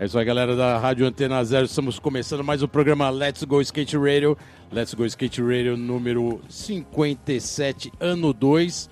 É isso aí, galera da Rádio Antena Zero. Estamos começando mais o programa Let's Go Skate Radio. Let's Go Skate Radio número 57, ano 2.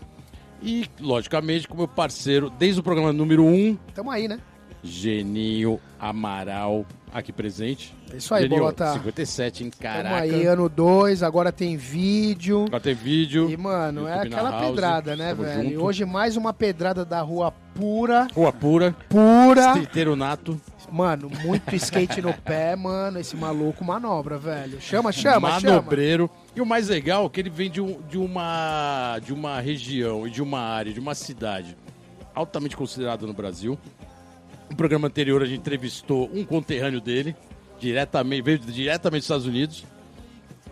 E, logicamente, com meu parceiro, desde o programa número 1, Tamo aí, né? Geninho Amaral, aqui presente. É isso aí, Geninho, Bolota. 57, hein? Tamo Caraca. aí, ano 2, agora tem vídeo. Agora tem vídeo. E, mano, é YouTube na aquela house. pedrada, né, Tamo velho? junto. Hoje mais uma pedrada da rua pura, Rua Pura, pura. Triteiro Nato. Mano, muito skate no pé, mano. Esse maluco manobra, velho. Chama, chama, chama. manobreiro. E o mais legal é que ele vem de, um- de uma, de uma região e de uma área, de uma cidade altamente considerada no Brasil. No programa anterior a gente entrevistou um conterrâneo dele, diretamente, veio diretamente dos Estados Unidos.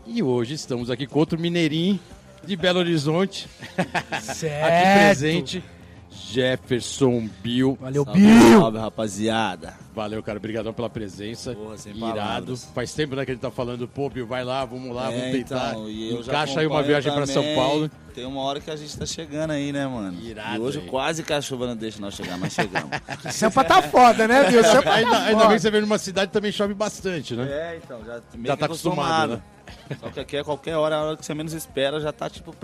E hoje estamos aqui com outro mineirinho de Belo Horizonte, aqui Certo. presente, Jefferson Bill. Valeu, Salve, Bill. salve, rapaziada. Valeu, cara, obrigadão pela presença. Porra, sem Irado. palavras. Faz tempo né, que ele tá falando, pô, Bill, vai lá, vamos lá, É, vamos tentar. então, e eu já Encaixa aí uma acompanho viagem pra São também. Paulo. Tem uma hora que a gente tá chegando aí, né, mano? Irado, e hoje hein? quase que a chuva não deixa nós chegar, mas chegamos. Sampa tá foda, né, Bill? Sampa tá Ainda, ainda bem que foda. você veio numa cidade que também chove bastante, né? é, então, já, meio Já tá que acostumado, né? Só que aqui é qualquer hora, a hora que você menos espera, já tá tipo...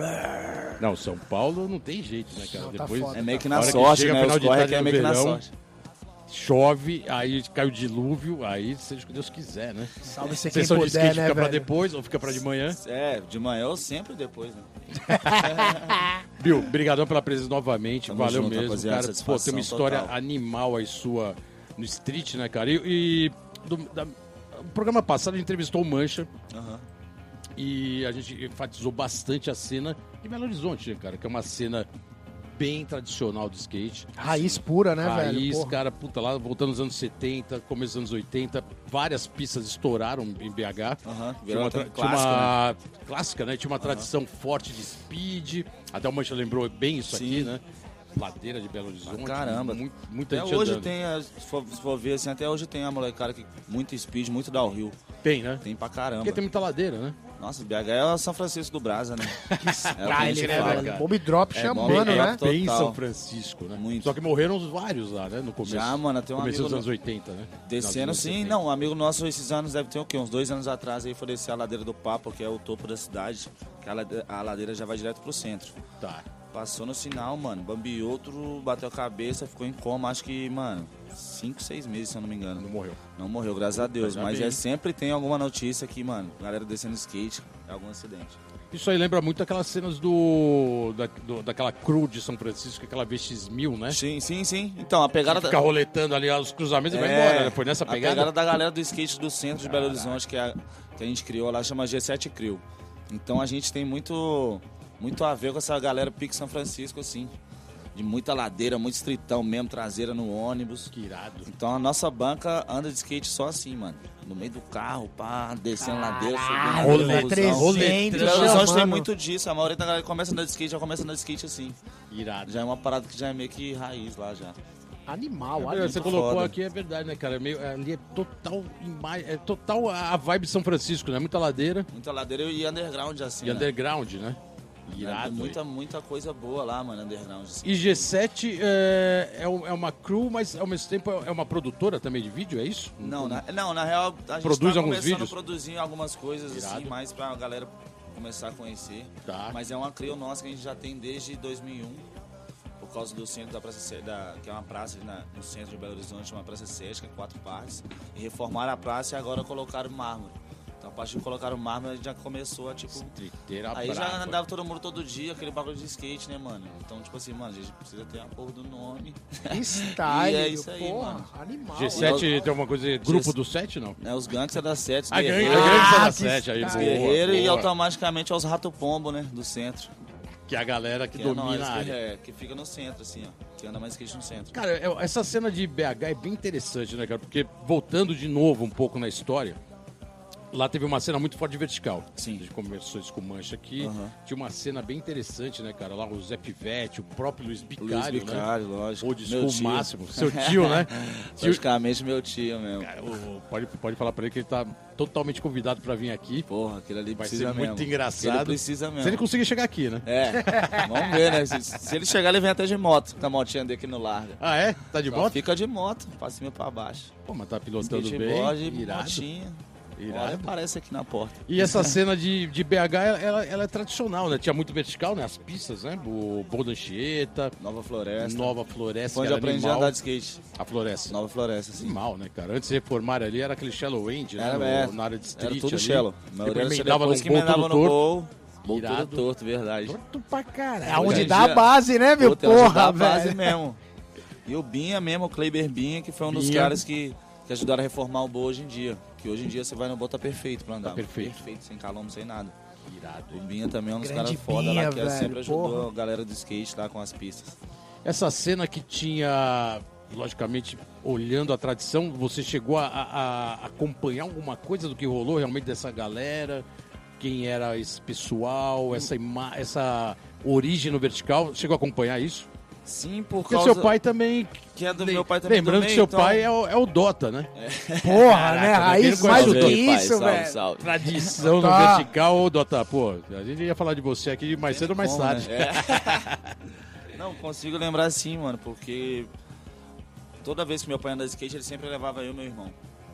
Não, São Paulo não tem jeito, né, cara? Não, tá Depois foda. É meio que A na hora que sorte, chega né? final Os de corre tarde aqui é no meio que na verão. sorte. chove, aí cai o dilúvio, aí seja o que Deus quiser, né? Salve se quem Sessão de skate puder, né, fica pra velho? depois ou fica pra de manhã. É, de manhã ou sempre depois, né? Bill, brigadão pela presença novamente. Tamo Valeu junto, mesmo, rapaziada. cara. Pô, tem Satisfação uma história total. animal aí sua no street, né, cara? E, e do- da- o programa passado a gente entrevistou o Mancha Aham. e a gente enfatizou bastante a cena de Belo Horizonte, né, cara? Que é uma cena bem tradicional do skate. Raiz pura, né, Raiz, velho? Porra. cara, puta, lá voltando nos anos 70, começo dos anos 80, várias pistas estouraram em BH. Aham, Tinha virou uma, uma tra- tinha clássica, né? uma- clássica, né? Tinha uma tradição forte de speed. Até o Mancha lembrou bem isso aqui, Sim. né? Ladeira de Belo Horizonte. Ah, caramba. mu- muita Até gente hoje andando. tem, as- se for, se for ver assim, até hoje tem a molecada que muito speed, muito downhill. Tem, né? Tem pra Porque caramba. tem muita ladeira, né? Nossa, BH é o São Francisco do Brasa, né? É o que a Style, gente né, fala. cara? velho? Bomb drop chamando, bem- é né? total. Bem São Francisco, né? Muito. Só que morreram uns vários lá, né? No começo. Já, mano, tem um começo amigo dos no- anos 80, né? Descendo Não, dos anos sim, 70. não. Um amigo nosso esses anos deve ter o quê? Uns dois anos atrás aí foi descer a ladeira do Papo, que é o topo da cidade, que a ladeira, a ladeira já vai direto pro centro. Tá. Passou no sinal, mano. Bambi outro, bateu a cabeça, ficou em coma, acho que, mano, cinco, seis meses, se eu não me engano. Não morreu. Não morreu, graças a Deus. ainda Mas bem. é sempre tem alguma notícia que, mano, galera descendo skate, é algum acidente. Isso aí lembra muito aquelas cenas do, da, do- daquela crew de São Francisco, aquela VX1000, né? Sim, sim, sim. Então, a pegada. Fica roletando ali os cruzamentos e vai É, embora, né? Foi nessa A pegada? pegada da galera do skate do centro de Belo Horizonte, que é a, que a gente criou lá, chama G7 Crew. Então a gente tem muito, muito a ver com essa galera Pique São Francisco, assim. De muita ladeira, muito estritão mesmo, traseira no ônibus. Que irado. Então a nossa banca anda de skate só assim, mano. No meio do carro, pá, descendo ladeira, Ah, subindo. rolê, velho, busão. 300, rolê. 300, Belo Horizonte tem chamando. muito disso. A maioria da galera que começa a andar de skate, já começa a andar de skate assim. Irado. Já é uma parada que já é meio que raiz lá já. é. Ah, Animal, Olha, animal. você colocou foda. aqui, é verdade, né, cara? É Meio, ali é total imagem, é total a a vibe São Francisco, né? Muita ladeira Muita ladeira e underground assim. e né? underground, né? É, Tem Irado. Muita... muita, muita coisa boa lá, mano, underground. assim. E G7 é, é um- é uma crew, mas ao mesmo tempo é uma produtora também de vídeo, é isso? Não, na, não, na real, a gente Produz tá alguns começando vídeos? a produzir algumas coisas assim, Irado. mais pra galera começar a conhecer. Tá. Mas é uma crio nossa que a gente já tem desde 2001. Por causa do centro da Praça Sé- da, que é uma praça ali na- no centro de Belo Horizonte, uma praça sérgica, é quatro partes. E reformaram a praça e agora colocaram mármore. Então a partir de colocar o mármore, a gente já começou a tipo. Triteira Aí Tá brava. já andava todo mundo todo dia, aquele bagulho de skate, né, mano? Então, tipo assim, mano, a gente precisa ter a porra do nome. Style, E é Bill, isso aí, porra. mano. Animal. G7 Não, não. tem alguma coisa, grupo né? G- do 7, não? É os gangsters da sete, os A gangue, a guerreiros, gangue Ah, da que 7 aí, está- boa, guerreiro e boa. automaticamente aos rato pombo, né, do centro. Que é a galera que, Que domina é nós, a que, área. é, que fica no centro, assim, ó. Que anda mais skate no centro. Cara, eu- essa cena de BH é bem interessante, né, cara? Porque voltando de novo um pouco na história, Lá teve uma cena muito forte de vertical. Sim. A gente começou isso com o Mancha aqui. Aham. Tinha uma cena bem interessante, né, cara? Lá o Zé Pivete, o próprio Luiz Bicário, Luiz né? Bicário, lógico. Ou Meu desculpa, o tio. máximo. Seu tio, né? Tio- Praticamente meu tio mesmo. Cara, o- pode, pode falar pra ele que ele tá totalmente convidado pra vir aqui. Porra, aquele ali Vai precisa ser muito mesmo. engraçado. Ele precisa mesmo. Se ele conseguir chegar aqui, né? É, vamos ver, né? Se, se ele chegar, ele vem até de moto, com a motinha dele que não larga. Ah, é? Tá de Só moto? Fica de moto, pra cima e pra baixo. Pô, mas tá pilotando Skateboard, bem. Irado. motinha. Irado. Olha, aparece aqui na porta. E essa cena de, de BH, ela, ela é tradicional, né? Tinha muito vertical, né? As pistas, né? O Boldo Anchieta, Nova Floresta. Nova Floresta, Foi onde que eu era aprendi a animal. andar de skate. A Floresta. Nova Floresta, sim. Animal, né, cara? Antes de reformar ali, era aquele shallow end, né? Era, No- é, na área de street Era tudo ali. shallow. Na Depois verdade, emendava depois num que gol emendava todo no torto. gol. Gol todo Irado. torto, verdade. Torto pra É caralho. onde Hoje em dá a dia- base, né, meu? Puta, ela Porra, ajudava a base velho. mesmo. E o Binha mesmo, o Kleiber Binha, que foi um dos Binha. caras que, que ajudaram a reformar o Boa hoje em dia. Que hoje em dia você vai no Boa, tá perfeito pra andar. Tá perfeito. sem calombo, sem nada. Irado, O hein? Binha também é um dos Grande caras foda Binha, lá, que velho, sempre ajudou porra. a galera do skate lá com as pistas. Essa cena que tinha, logicamente, olhando a tradição, você chegou a, a- a acompanhar alguma coisa do que rolou realmente dessa galera? Quem era esse pessoal? Essa, ima- essa origem no vertical? Chegou a acompanhar isso? Sim, por Porque causa... seu pai também. Que é do Lem- meu pai também Lembrando do que meio, seu então- pai é o, é o Dota, né? Porra, Caraca, né? não Raiz quero mais do conhecer. que Salve, pai, isso, salve, velho. salve. Tradição no Tá. vertical, ô Dota. Pô, a gente ia falar de você aqui mais cedo ou mais Como, tarde. É né? É. Não, consigo lembrar sim, mano, porque toda vez que meu pai andava de skate, ele sempre levava eu e meu irmão.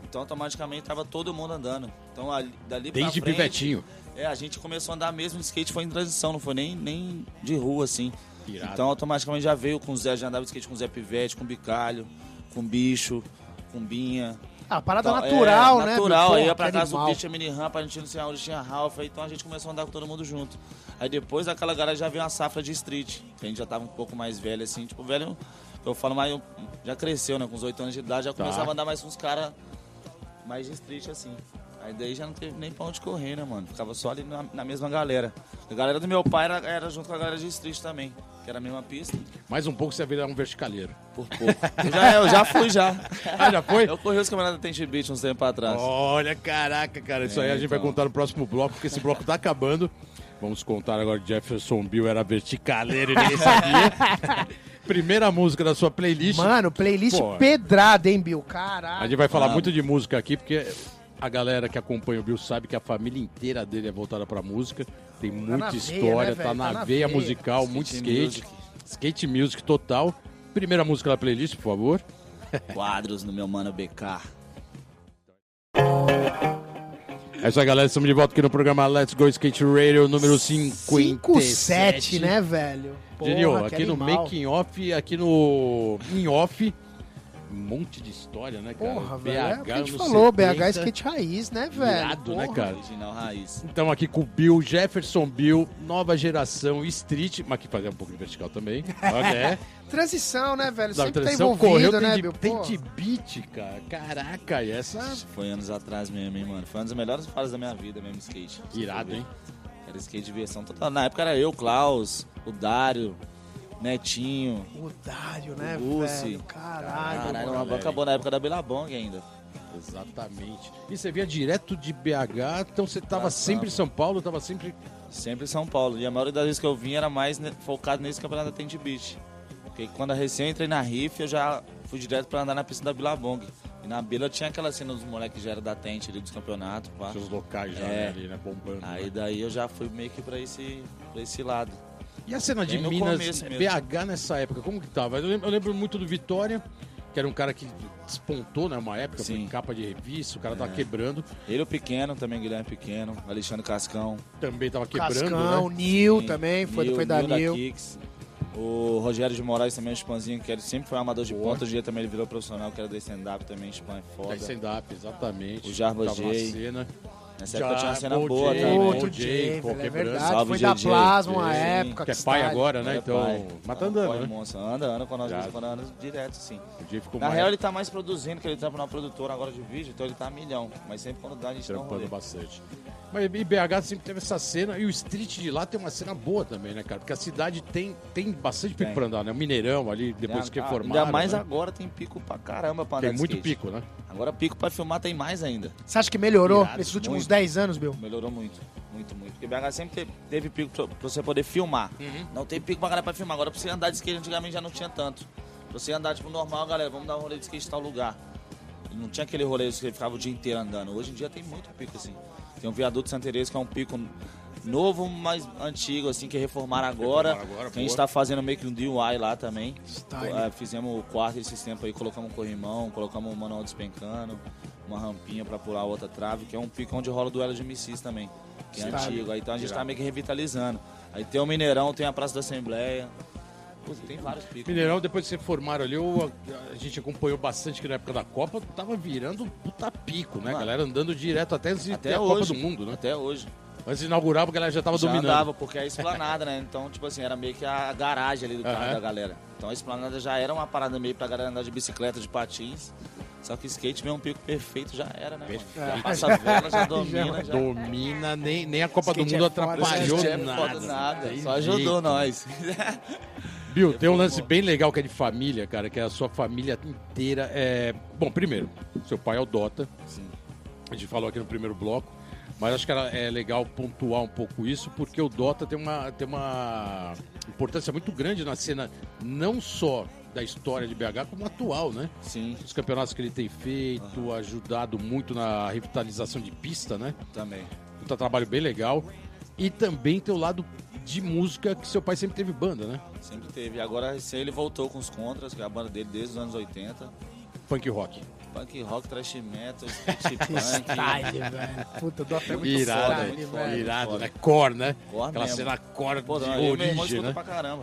Então automaticamente tava todo mundo andando. Então ali, dali Desde pra frente, pivetinho. É, a gente começou a andar mesmo de skate, foi em transição, não foi nem, nem de rua assim. Irado. Então automaticamente já veio com o Zé, já andava de skate com o Zé Pivete, com o Bicalho, com o Bicho, com o Binha. Ah, Tá parada Então, é, natural, né? Natural, meu? aí Porra, ia pra que casa do animal. bicho, é tinha mini rampa, a gente não tinha onde tinha Ralph, aí então a gente começou a andar com todo mundo junto. Aí depois daquela garagem já veio uma safra de street, que a gente já tava um pouco mais velho, assim, tipo, velho, eu falo, mas eu- já cresceu, né? Com os 8 anos de idade, já Tá. começava a andar mais com os caras mais de street, assim. Aí daí já não teve nem pra onde correr, né, mano? Ficava só ali na, na mesma galera. A galera do meu pai era, era junto com a galera de street também, que era a mesma pista, Mais um pouco você ia virar um verticaleiro. por pouco. eu, já, eu já fui, já. Ah, já foi? Eu corri os camaradas da Tent Beach uns tempos atrás. Olha, caraca, cara. Isso É, aí a gente vai então. contar no próximo bloco, porque esse bloco tá acabando. Vamos contar agora que Jefferson Bill era verticaleiro e ninguém sabia. Primeira música da sua playlist. Mano, playlist Porra. pedrada, hein, Bill? A Caralho. gente vai falar Mano. muito de música aqui, porque a galera que acompanha o Bill sabe que a família inteira dele é voltada pra música. Tem na muita veia, história, né, tá, velho? na veia musical, muito skate. music. Skate music total. Primeira música da playlist, por favor. quadros no meu mano BK. É isso aí, galera. Estamos de volta aqui no programa Let's Go Skate Radio, número 57. 5-7, né, velho? Porra, Genio, que aqui no animal. making off, aqui no in off, um monte de história, né, cara? Porra, velho. É o que a gente anos falou, 70, BH é skate raiz, né, velho? irado, né, Porra. cara? Original raiz. Então aqui com o Bill, Jefferson Bill, nova geração, street, mas que fazia um pouco de vertical também. Olha, é. Transição, né, velho? Da Sempre tá transição, envolvido, correu, né, tem, Bill? de, tem Porra. de beat, cara. Caraca, e essa... Foi anos atrás mesmo, hein, mano. Foi uma das melhores fases da minha vida mesmo, skate. Irado, hein? Era skate de versão total. Na época era eu, Klaus, o Dário, Netinho. O Dário, né, Gucci. velho? Caralho, Caralho, mano. uma galera, acabou na época da Billabong ainda. Exatamente. E você via direto de BH, então você tava Pra sempre em São Paulo, tava sempre... Sempre em São Paulo. E a maioria das vezes que eu vim era mais ne- focado nesse campeonato da Tente Beach. Porque quando eu recém entrei na RIF, eu já fui direto pra andar na pista da Billabong. E na Bila tinha aquela cena dos moleques que já era da Tente ali dos campeonatos. pá. Seus locais já, É. né, ali, né, bombando. Aí daí eu já fui meio que pra esse, pra esse lado. E a cena de Bem no Minas, começo mesmo. BH nessa época, como que tava? Eu lem- eu lembro, muito do Vitória, que era um cara que despontou, né, uma época, foi Sim. É. capa de revista, o cara tava quebrando, Ele o pequeno, também Guilherme Pequeno, Alexandre Cascão. também tava quebrando, Cascão, né? Nil Sim. também, foi, Nil, foi da Nil. Kicks. O Rogério de Moraes também, o Spanzinho, que ele sempre foi um amador de Boa. ponta. Hoje em dia também ele virou profissional, que era do stand-up também, Span é Da foda. stand-up, exatamente. O Jarbas Tava uma Jay. cena. é Nessa época tinha uma cena Jarbas boa Jay, também. Jay, Outro Jay, pô, velho, é quebrando. verdade. Salve, foi da JJ. Plasma uma Sim. época. Que é pai style. agora, né? Olha, Então, pai. mas tá andando, Olha, né? moça, Anda, anda com nós, Já. dois, quando anda direto, sim. O Jay ficou Na mais real, ele tá mais produzindo, que ele trampa numa produtora agora de vídeo, então ele tá a milhão. Mas sempre quando dá, a gente dá um trampando rolê. bastante. Mas e BH sempre teve essa cena, e o street de lá tem uma cena boa também, né, cara? Porque a cidade tem, tem bastante pico Tem. pra andar, né? O Mineirão ali, depois Tem que a- reformaram, Tá, Ainda mais né? agora tem pico pra caramba pra andar Tem de muito skate. pico, né? Agora pico para filmar tem mais ainda. Você acha que melhorou Irado, nesses últimos muito. 10 anos, Bill? Melhorou muito, muito, muito. Porque BH sempre te- teve pico pra, pra você poder filmar. Uhum. Não tem pico pra galera pra filmar. Agora pra você andar de skate, antigamente já não tinha tanto. Pra você andar tipo normal, galera, vamos dar um rolê de skate em tal lugar. Não tinha aquele rolê que você ficava o dia inteiro andando. Hoje em dia tem muito pico assim. Tem um viaduto de Santa Teresa que é um pico novo, mas antigo, assim, que reformaram agora. Reformaram agora, que a gente boa. tá fazendo meio que um DIY lá também. Style. Ah, fizemos o quarto esses tempos aí, colocamos um corrimão, colocamos um manual despencando, uma rampinha pra pular a outra trave, que é um pico onde rola o duelo de MCs também, que é Sabe. antigo. Aí, então a gente tá meio que revitalizando. Aí tem o Mineirão, tem a Praça da Assembleia. Putz, tem vários picos. Mineirão, depois que se formaram ali, eu- a, a gente acompanhou bastante que na época da Copa tava virando um puta pico, né? A Mano. galera andando direto até antes de ter Até é a Copa hoje. do Mundo, né? Até hoje. Antes de inaugurar, a galera já tava Já dominando. andava, porque é a esplanada, né? Então, tipo assim, era meio que a garagem ali do carro Aham. da galera. Então a esplanada já era uma parada meio pra galera andar de bicicleta, de patins. Só que skate mesmo um pico perfeito já era, né? Mano? Perfeito. Passa a vela, já domina, já. Domina, nem, nem a Copa do Skate Mundo é foda, atrapalhou Skate é nada. foda, nada. Tem Só ajudou jeito. nós. Bill, tem um lance bem legal que é de família, cara, que é a sua família inteira. É... Bom, primeiro, seu pai é o Dota. Sim. A gente falou aqui no primeiro bloco. Mas acho que era- é legal pontuar um pouco isso, porque o Dota tem uma, tem uma importância muito grande na cena, não só da história de BH, como atual, né? Sim, Os campeonatos que ele tem feito, ajudado muito na revitalização de pista, né? também. Puta trabalho bem legal. E também tem o lado de música, que seu pai sempre teve banda, né? Sempre teve. Agora recém ele voltou com os contras, que é a banda dele desde os anos 80. Funk rock. Punk rock, trash metal, skate punk. Style, velho. Puta, eu dou até muito Irado, foda, né? style, muito foda. velho. Irado, foda. né? Core, né? Core Aquela mesmo. cena core de Pô, não, eu e meu irmão origem, escuta né? pra caramba.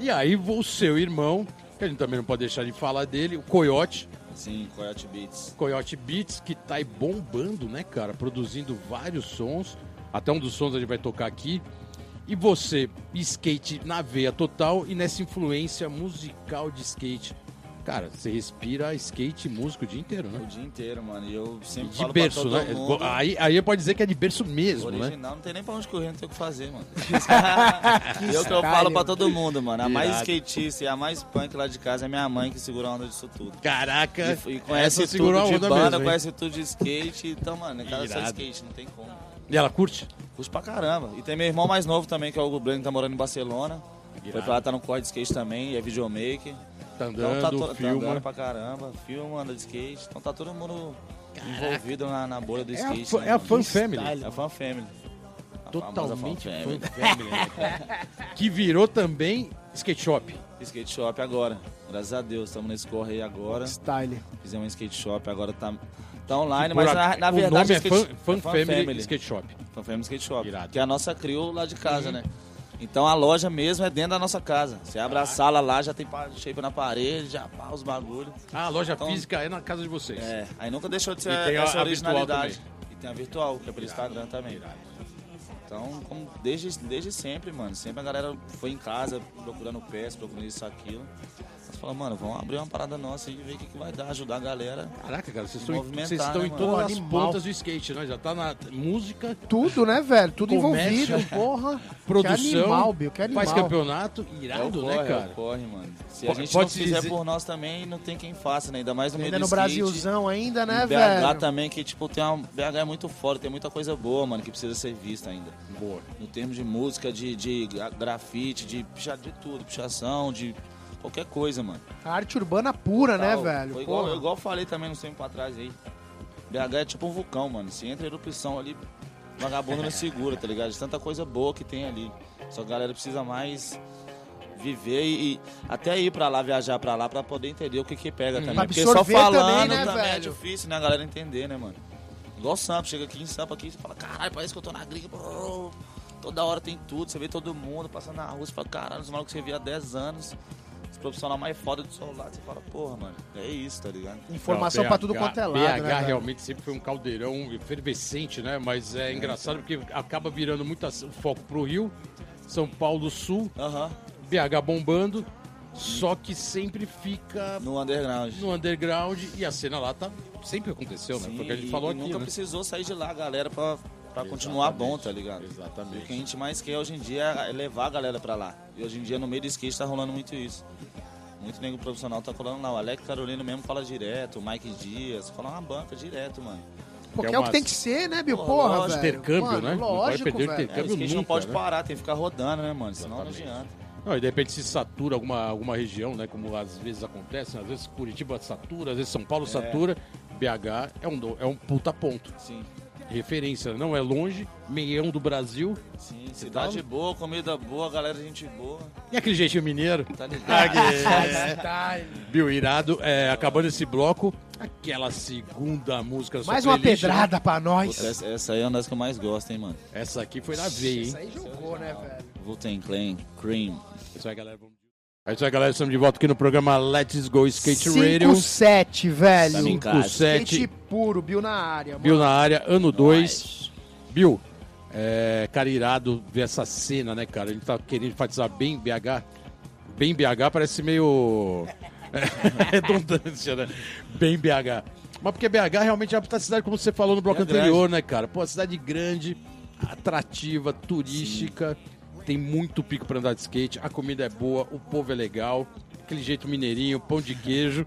E aí o seu irmão, que a gente também não pode deixar de falar dele, o Coyote, Sim, Coyote Beats. Coyote Beats, que tá aí bombando, né, cara? Produzindo vários sons, até um dos sons a gente vai tocar aqui. E você, skate na veia total e nessa influência musical de skate. Cara, você respira skate e músico o dia inteiro, O né? dia inteiro, mano. E eu sempre De falo pra berço, todo né? mundo. Aí, aí pode dizer que é de berço mesmo, né? Original, não tem nem pra onde correr, não tem o que fazer, mano. Que E é o que eu style, falo pra mano. todo mundo, mano. A mais Irado. skatista e a mais punk lá de casa é minha mãe que segura a onda disso tudo. Caraca, E, e conhece essa tudo segurou a de onda banda, mesmo, hein? conhece tudo de skate. Então, mano, cara, só Irado. skate, não tem como. E ela curte? Curte pra caramba. E tem meu irmão mais novo também, que é o Hugo Breno, que tá morando em Barcelona. Foi pra lá, tá no corre de skate também, é videomaker. Tá andando, Então tá, to- tá filma. andando pra caramba, filma, anda de skate. Então tá todo mundo envolvido na, na bolha do É a, skate. fa- né, é a mano? fan family. É a fan family. A famosa Totalmente fan family. né, cara? que virou também skate shop. Skate shop agora. Graças a Deus, estamos nesse corre aí agora. Style. Fizemos um skate shop, agora tá, tá Que online, por mas a- na, na o verdade... nome é skate- fan, fan family, family. skate shop. Foi Family Skate Shop, Irado. Então que é a nossa crew lá de Uhum. casa, né? Então a loja mesmo é dentro da nossa casa. Você Ah. abre a sala lá, já tem pa- shape na parede, já pá, os bagulhos. Ah, a loja Então- física é na casa de vocês. É, aí nunca deixou de ser E tem a- essa a virtual originalidade. E tem a virtual, que é pelo Instagram também. Então, como desde, desde sempre, mano. Sempre a galera foi em casa procurando peça, procurando isso, aquilo. Nós falamos, mano, vamos abrir uma parada nossa e ver o que, que vai dar, ajudar a galera. Caraca, cara, vocês estão, em- Movimentar, vocês estão né, em mano? todas Pô, as animal. pontas do skate, né? Já tá na música, Tudo, né, velho? Tudo Comércio, é. envolvido, porra. Que produção, animal, Bill. Que animal. faz campeonato, É o irado, corre, né, é o cara? corre, mano. Se a Po- gente não pode-se fizer dizer- por nós também, não tem quem faça, né? Ainda mais no meio Ainda do Tá no skate. Brasilzão ainda, né, E BH velho? também, que tipo, tem uma. BH é muito foda, tem muita coisa boa, mano, que precisa ser vista ainda. Boa. No termo de música, de, de gra- grafite, de picha- de tudo, pichação, de qualquer coisa, mano. Arte urbana pura, né, Tal. velho? Foi igual, Porra. igual eu falei também uns tempos pra trás aí. BH é tipo um vulcão, mano. Se entra erupção ali, vagabundo não segura, tá ligado? De tanta coisa boa que tem ali. Só que a galera precisa mais viver e, e até ir pra lá, viajar pra lá, pra poder entender o que que pega também. Pra Porque só Hum. absorver também, falando né, também, é velho? difícil, né, a galera entender, né, mano? Igual Sampa, chega aqui em Sampa aqui, você fala, caralho, parece que eu tô na gringa. brrr. Toda hora tem tudo, você vê todo mundo passando na rua, você fala, caralho, os malucos que você via há 10 anos, os profissionais mais foda do seu lado, você fala, porra, mano, é isso, tá ligado? Informação Não, pra BH tudo quanto é lado, BH né, velho? realmente sempre foi um caldeirão efervescente, né? Mas é engraçado porque acaba virando muito ac- o foco pro Rio, São Paulo Sul, Aham, BH bombando, só que sempre fica no underground. no underground e a cena lá tá sempre aconteceu, né? Foi o que a gente e- falou e aqui, nunca né? precisou sair de lá, galera, pra, pra continuar bom, tá ligado? Exatamente. O que a é gente mais quer hoje em dia é levar a galera pra lá. E hoje em dia, no meio do skate, tá rolando muito isso. Muito nego profissional tá colando lá. O Alex Carolino mesmo cola direto, o Mike Dias, cola uma banca direto, mano. Pô, Que que é é o uma- que tem que ser, né, Bill? Pô, Porra, lógico, velho. intercâmbio, Mano, né? Não pode Lógico, perder o velho. intercâmbio. É, o skate não nunca, pode né? parar, tem que ficar rodando, né, mano? Senão não adianta. Não, e de repente se satura alguma, alguma região, né? Como às vezes acontece, né? às vezes Curitiba satura, às vezes São Paulo satura. BH é um, do- é um puta ponto. Sim, Referência, não é longe, meião do Brasil. sim. tá Cidade boa, comida boa, galera, gente boa. E aquele jeitinho mineiro? Tá ligado? Style. Bill Irado, é, acabando esse bloco, aquela segunda música da sua Mais uma playlist, né? pedrada pra nós. Essa, essa aí é uma das que eu mais gosto, hein, mano. Essa aqui foi na veia, hein? Isso aí jogou, né, velho? Vulten Clan, Cream. É isso aí, galera. Vamos... É isso aí, galera. Estamos de volta aqui no programa Let's Go Skate Radio. Tá 5-7, velho. Cinco, Skate 57. puro, Bill na área, mano. Bill na área, ano 2. Bill, é, cara, irado ver essa cena, né, cara? Ele tá querendo enfatizar bem BH. Bem BH parece meio. redundância, né? Bem BH. Mas porque BH realmente é a cidade, como você falou no bloco É grande. anterior, né, cara? Pô, cidade grande, atrativa, turística. Tem muito pico pra andar de skate, a comida é boa, o povo é legal, aquele jeito mineirinho, pão de queijo.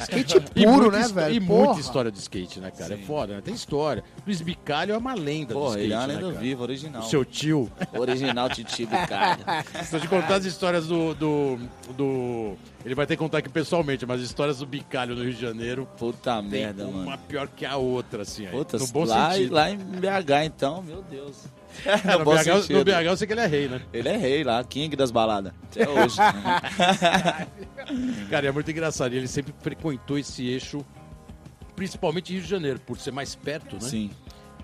Skate E puro, muita né, histó- velho? E Porra. muita história de skate, né, cara? É foda, né? Tem história. Luiz Bicalho é uma lenda do Porra, skate, ele é uma né, lenda cara? viva, original. O seu tio. Original Titi Bicalho. Estou te contar as histórias do, do, do- Ele vai ter que contar aqui pessoalmente, mas as histórias do Bicalho no Rio de Janeiro. Puta Tem merda, uma mano. pior que a outra, assim. Aí. Puta, no bom lá, sentido. lá em BH, então, meu Deus. É, no, bom BH, eu- no sentido. BH eu sei que ele é rei, né? Ele é rei lá, king das baladas. Até hoje. né? Uhum. Cara, é muito engraçado. e Ele sempre frequentou esse eixo, principalmente Rio de Janeiro, por ser mais perto, né? Sim.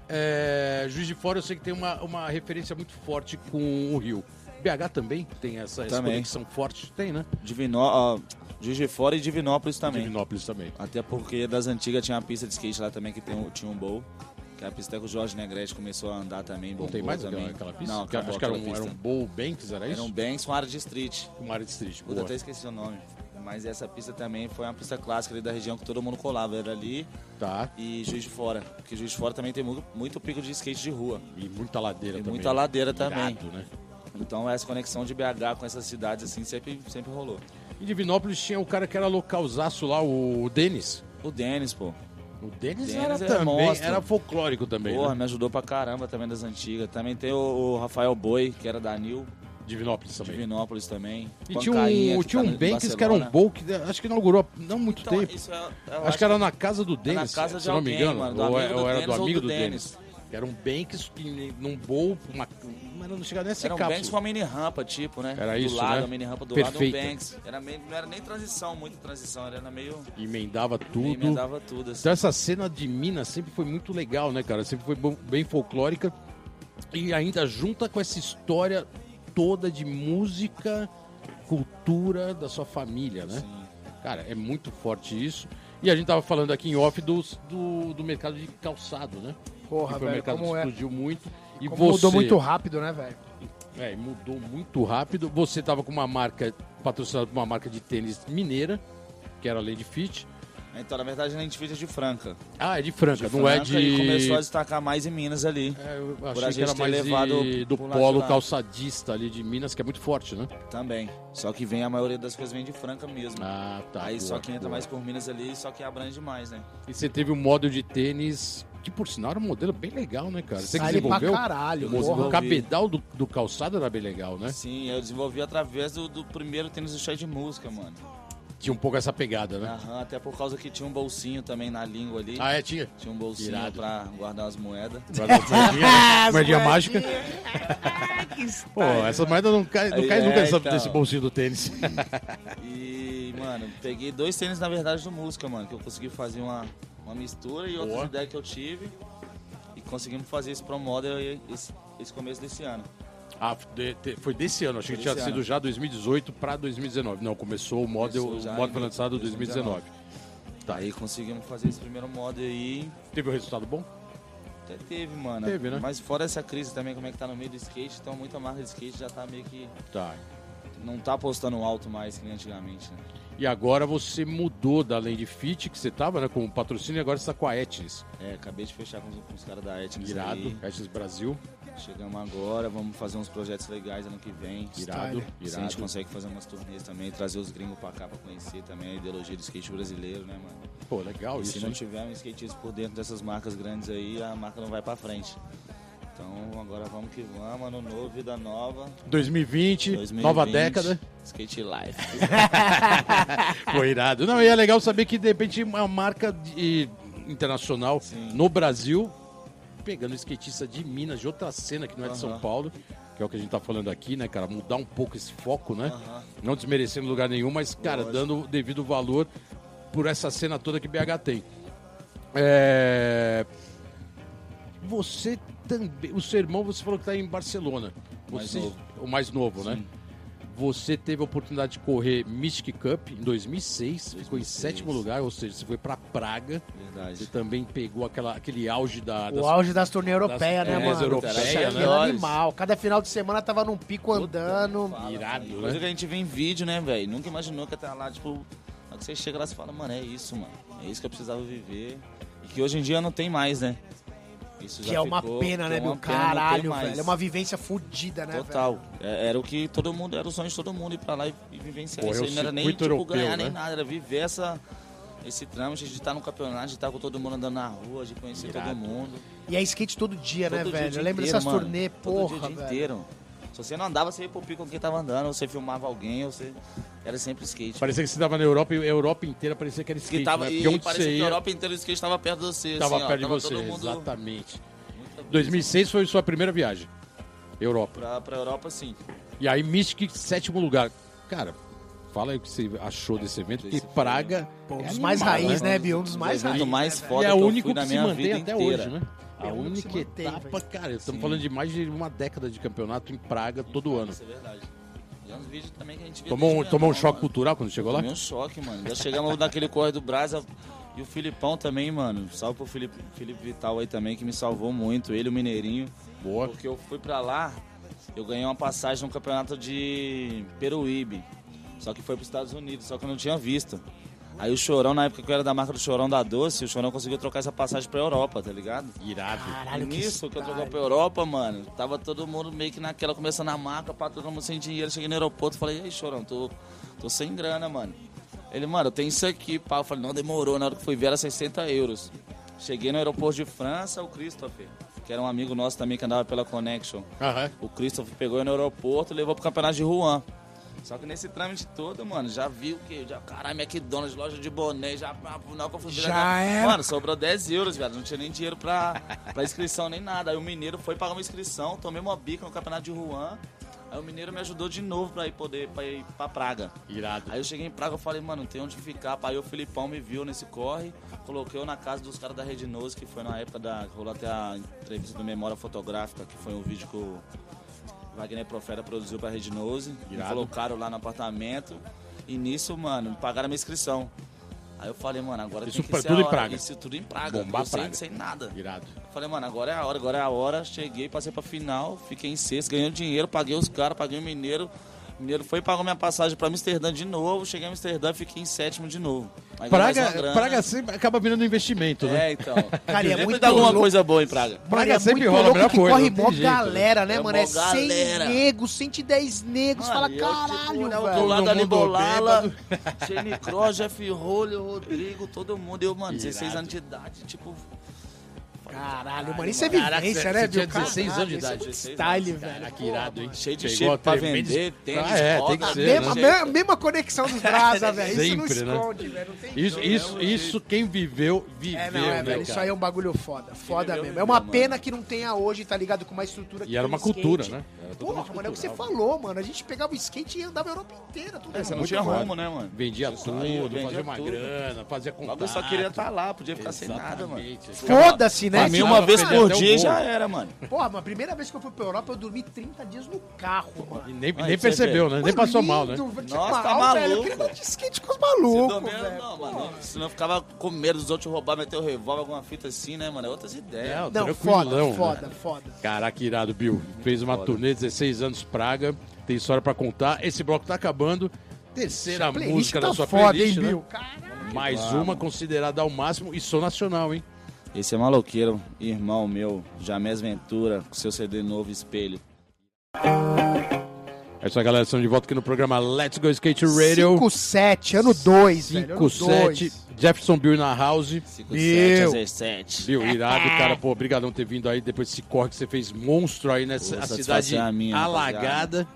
É, Juiz de Fora eu sei que tem uma, uma referência muito forte com o Rio. BH também tem essa, essa Também. conexão forte? Tem, né? Divinó, ó, Juiz de Fora e Divinópolis também. Ah, Divinópolis também. Até porque das antigas tinha uma pista de skate lá também que tem, um- tinha um bowl. Que é a pista que o Jorge Negrete começou a andar também. Não bombou tem mais também. aquela, aquela pista? Não, Que- acabou acho que era um, aquela era um pista. Bowl Banks, era Era isso? um bem com área de street. Uma área de street. Puta, boa. até esqueci o nome. Mas essa pista também foi uma pista clássica ali da região que todo mundo colava. Era ali Tá. e Juiz de Fora. Porque Juiz de Fora também tem muito, muito pico de skate de rua. E muita ladeira E também. muita ladeira também. Irado, né? Então essa conexão de BH com essas cidades assim sempre, sempre rolou. Em Divinópolis tinha o cara que era localzaço lá, o Denis. O Denis, pô. O Denis Denis era, era também, monstro. era folclórico também, Porra, né? me ajudou pra caramba também das antigas. Também tem o, o Rafael Boi, que era da Nil, Divinópolis também. Divinópolis também. E tinha Pancainha, um, que tinha tá um no Banks que era um Barcelona. Bowl que acho que inaugurou há não muito Então, tempo. isso é- eu é Acho, que era na casa do na Denis, casa se de não me alguém, engano. mano, do ou é- amigo ou do era do Dennis ou amigo do do Denis. Era um Banks que nem- num bowl, uma, mas não chegava nem a ser Era um Banks com cápsula. a mini rampa, tipo, né? Era do isso, lado, né? a mini rampa do Perfeita. lado, um Banks. Era meio, não era nem transição, muita transição, era meio... Emendava meio tudo. Emendava tudo, assim. Então essa cena de Minas sempre foi muito legal, né, cara? Sempre foi bom- bem folclórica e ainda junta com essa história toda de música, cultura da sua família, né? Sim. Cara, é muito forte isso. E a gente tava falando aqui em off dos- do, do mercado de calçado, né? Porra, que foi um velho, mercado como que é. explodiu muito. E Como você, mudou muito rápido, né, velho? É, e mudou muito rápido. Você tava com uma marca patrocinada por uma marca de tênis mineira, que era a Lady Fit. Então, na verdade, a gente fez de Franca. Ah, é de Franca, De não é Franca de. E começou a destacar mais em Minas ali. É, eu Por achei a que era gente ter mais levado de- do pro lado polo de lá. calçadista ali de Minas, que é muito forte, né? Também. Só que vem a maioria das coisas vem de Franca mesmo. Ah, tá. Aí boa, só que entra boa. mais por Minas ali, só que abrange mais, né? E você teve um modelo de tênis que, por sinal, era um modelo bem legal, né, cara? Você que Sai ele pra desenvolveu. caralho, O porra. o cabedal do, do calçado era bem legal, né? Sim, eu desenvolvi através do, do primeiro tênis do chá de música, mano. Tinha um pouco essa pegada, né? Aham, até por causa que tinha um bolsinho também na língua ali. Ah, é, tinha. Tinha um bolsinho Irado. pra guardar as moedas. Guarda- moedinha- Moedinha mágica. Pô, é, essa moeda não cai, não Aí, cai é, nunca nessa- então. nesse bolsinho do tênis. E, mano, peguei dois tênis, na verdade, do música, mano. Que eu consegui fazer uma, uma mistura e Boa. outras ideias que eu tive. E conseguimos fazer esse pro model aí esse, esse começo desse ano. Ah, de- te- foi desse ano, achei que Foi tinha desse sido ano. já 2018 pra 2019. Não, começou o model, Começou já o model em foi lançado em 2019. 2019. Tá, Aí e conseguimos fazer esse primeiro model aí. teve um resultado bom? Até teve, mano. Teve, né? Mas fora essa crise também, como é que tá no meio do skate, então muita marca de skate já tá meio que. Tá. Não tá postando alto mais que nem antigamente, né? E agora você mudou da Land Fit, que você tava, né, com patrocínio, e agora você tá com a Etnis. É, acabei de fechar com os, com os caras da Etnics Irado, aí. Etnis Brasil. Chegamos agora, vamos fazer uns projetos legais ano que vem. Irado, Style. Se a gente irado. consegue fazer umas turnês também, trazer os gringos pra cá pra conhecer também a ideologia do skate brasileiro, né, mano? Pô, legal E se isso, não hein? tiver um skatista por dentro dessas marcas grandes aí, a marca não vai pra frente. Então agora vamos que vamos, ano novo, vida nova. 2020, 2020, nova década. Skate Life. Pô, irado. Não, e é legal saber que, de repente, é uma marca de- internacional Sim. no Brasil, pegando skatista de Minas, de outra cena que não é de São Aham. Paulo, que é o que a gente tá falando aqui, né, cara? Mudar um pouco esse foco, né? Aham. Não desmerecendo lugar nenhum, mas, cara, Lógico. dando o devido valor por essa cena toda que BH tem. É... Você também. O seu irmão, você falou que tá em Barcelona. Mais Você- novo. O mais novo, né? Você teve a oportunidade de correr Mystic Cup em 2006, ficou em 2006. sétimo lugar, ou seja, você foi pra Praga. Você tá Verdade. também pegou aquela, aquele auge é, da. O auge das turnês europeias, das- né, é, mano? europeias, Isso aí né? era animal. Cada final de semana tava num pico andando. Irado, Coisa né? que a gente vê em vídeo, né, velho? Nunca imaginou que ia estar lá, tipo. na hora que você chega lá, você fala, mano, é isso, mano. É isso que eu precisava viver. E que hoje em dia não tem mais, né? Isso Que é uma ficou- pena, que né, é uma meu? pena não ter Caralho, mais. velho. É uma vivência fodida, né, velho? Total. É- Era o que todo mundo, era o sonho de todo mundo ir pra lá e, e vivenciar Pô, é isso. o aí. Não era nem circuito tipo, europeu, ganhar né? nem nada, era viver essa, esse trâmite de estar no campeonato, de estar com todo mundo andando na rua, de conhecer Irado. todo mundo. E é skate todo dia, Todo né, dia, o velho? dia Eu lembro inteiro, dessas mano. turnê, Todo porra, dia, o dia velho. inteiro. Se você não andava, você ia pro pico com quem tava andando, ou você filmava alguém, ou você. Era sempre skate. Parecia que você tava na Europa e a Europa inteira parecia que era skate, que tava, né? e Porque onde parecia você que ia, a Europa inteira o skate estava perto de você. tava assim, ó, perto de tava você, todo mundo exatamente. muito- 2006 foi sua primeira viagem, Europa. Pra, pra Europa, sim. E aí Mystic, sétimo lugar. Cara, fala aí o que você achou desse evento, porque Esse foi- Praga... Pô, um é dos mais animal, raiz, né? né, Bi? Um dos mais evento raiz. mais né, E foda. é que o eu único fui que na se minha mantém vida até inteira. hoje, né? A É o único que se única mantém, etapa, velho. cara, estamos Sim. falando de mais de uma década de campeonato em Praga todo ano. Isso é verdade. E é uns vídeos também que a gente vê Tomou um, desde tomou um menor, choque mano. cultural quando chegou lá? Tomei um choque, mano. Já chegamos naquele corre do Brasa. E o Filipão também, mano. Salve pro Felipe, Felipe Vital aí também, que me salvou muito. Ele, o Mineirinho. Boa. Porque eu fui pra lá, eu ganhei uma passagem no campeonato de Peruíbe. Só que foi pros Estados Unidos, só que eu não tinha visto. Aí o Chorão, na época que eu era da marca do Chorão da Doce, o Chorão conseguiu trocar essa passagem pra Europa, tá ligado? Irado. Caralho, que Nisso que eu troquei style. pra Europa, mano, tava todo mundo meio que naquela, começando a marca, pra todo mundo sem dinheiro. Cheguei no aeroporto, falei, e aí, Chorão, tô, tô sem grana, mano. Ele, mano, eu tenho isso aqui, pá. Eu falei, não, demorou. Na hora que fui ver, era 60 euros. Cheguei no aeroporto de França, o Christopher, que era um amigo nosso também que andava pela Connection. Aham. O Christopher pegou eu no aeroporto e levou pro campeonato de Juan. Só que nesse trâmite todo, mano, já vi o quê? Já, caralho, McDonald's, loja de boné, já. pá, pá, Na hora que eu fui virar- Já era. Mano, sobrou 10 euros, velho. Não tinha nem dinheiro pra, pra inscrição, nem nada. Aí o mineiro foi pagar uma inscrição, tomei uma bica no campeonato de Juan. Aí o mineiro me ajudou de novo pra ir poder pra ir pra Praga. Irado. Aí eu cheguei em Praga, eu falei, mano, não tem onde ficar. Aí o Filipão me viu nesse corre, coloquei eu na casa dos caras da Rede Nose, que foi na época da. rolou até a entrevista do Memória Fotográfica, que foi um vídeo que o Wagner Profeta produziu pra Rede Nose. Me Irado. colocaram lá no apartamento. E nisso, mano, me pagaram a minha inscrição. Aí eu falei, mano, agora Isso tem pra- que ser tudo a em hora. Praga. Isso tudo em Praga. Bombar eu sem- Praga. sem nada. Irado. Falei, mano, agora é a hora, agora é a hora. Cheguei, passei pra final, fiquei em sexto, ganhei o dinheiro, paguei os caras, paguei o mineiro. O mineiro foi e pagou minha passagem pra Amsterdã de novo. Cheguei em Amsterdã, fiquei em sétimo de novo. Aí ganhei mais é uma Praga, grana. Praga sempre acaba virando um investimento, né? É, então. Cara, e é Sempre muito dá alguma louco. coisa boa em Praga. Praga Mano, é sempre muito rola a louco melhor que coisa, corre não tem mó jeito, galera, né, É mano? É mó 100 galera. negros, 110 negros. Fala, Mano, eu, tipo, caralho, olhava velho. Do Todo lado ali, mundo Bolala, Jenny Cross, Jeff Rolho, Rodrigo, todo mundo. Eu, mano, 16 Irado. anos de idade, tipo... Caralho, mano, isso é Caraca, você- vivência, né, você tinha meu? 16 anos de Caralho, idade, Isso é 16 muito style, anos, velho. Caraca, irado, hein? Cheio de Pegou shape pra tremendo- vender, tênis, Ah, é, tem roda, que A ser, mesma, né? a Gente. mesma- mesma conexão dos brasa, velho. Isso não Sempre, né? esconde, velho. Não tem Isso, jeito. isso, isso quem viveu, viveu, É, não, é, né, velho, isso cara? aí é um bagulho foda, foda viveu, mesmo. É viveu, uma mano. pena que não tenha hoje, tá ligado? Com uma estrutura que E era tem uma skate. cultura, né? Era totalmente Porra, mano, é o que você cultural. falou, mano. A gente pegava o skate e andava a Europa inteira. Tudo É, você não muito tinha foda. rumo, né, mano? Vendia tudo, vendia fazia uma tudo. grana, fazia O contato. bagulho só queria estar lá, podia ficar sem nada, mano. Exatamente. Foda-se, né? Pra Aqui mim, uma vez Até o por dia gol. já era, mano. Porra, mas a primeira vez que eu fui pra Europa, eu dormi 30 dias no carro, mano. E nem, Aí, nem você percebeu, né? Nem passou mal, né? Nossa, tá Nossa, tá mal, velho. Eu maluco. queria andar de skate com os Se malucos, dormia, velho. não, mano. Senão eu ficava com medo dos outros roubar, meter o revólver, alguma fita assim, né, mano? É Outras ideias. Não, Não, um tranquilão, foda, né? foda, foda. Caraca, irado, Bill. Fez uma turnê, 16 anos Praga. Tem história pra contar. Esse bloco tá acabando. Terceira Essa playlist música da tá sua foda, playlist, hein, né? Bill? Caralho. Mais uma considerada ao máximo e sou nacional, hein? Esse é maloqueiro, irmão meu, Jamés Ventura, com seu CD novo Espelho. É isso aí, galera. Estamos de volta aqui no programa Let's Go Skate Radio. 5-7, ano 2, velho. ano 57, dois. Jefferson Bill na house. 57 17. É, Bill, irado, cara. Pô, obrigadão por ter vindo aí depois desse corre que você fez monstro aí nessa Pô, a satisfação cidade é a minha, alagada.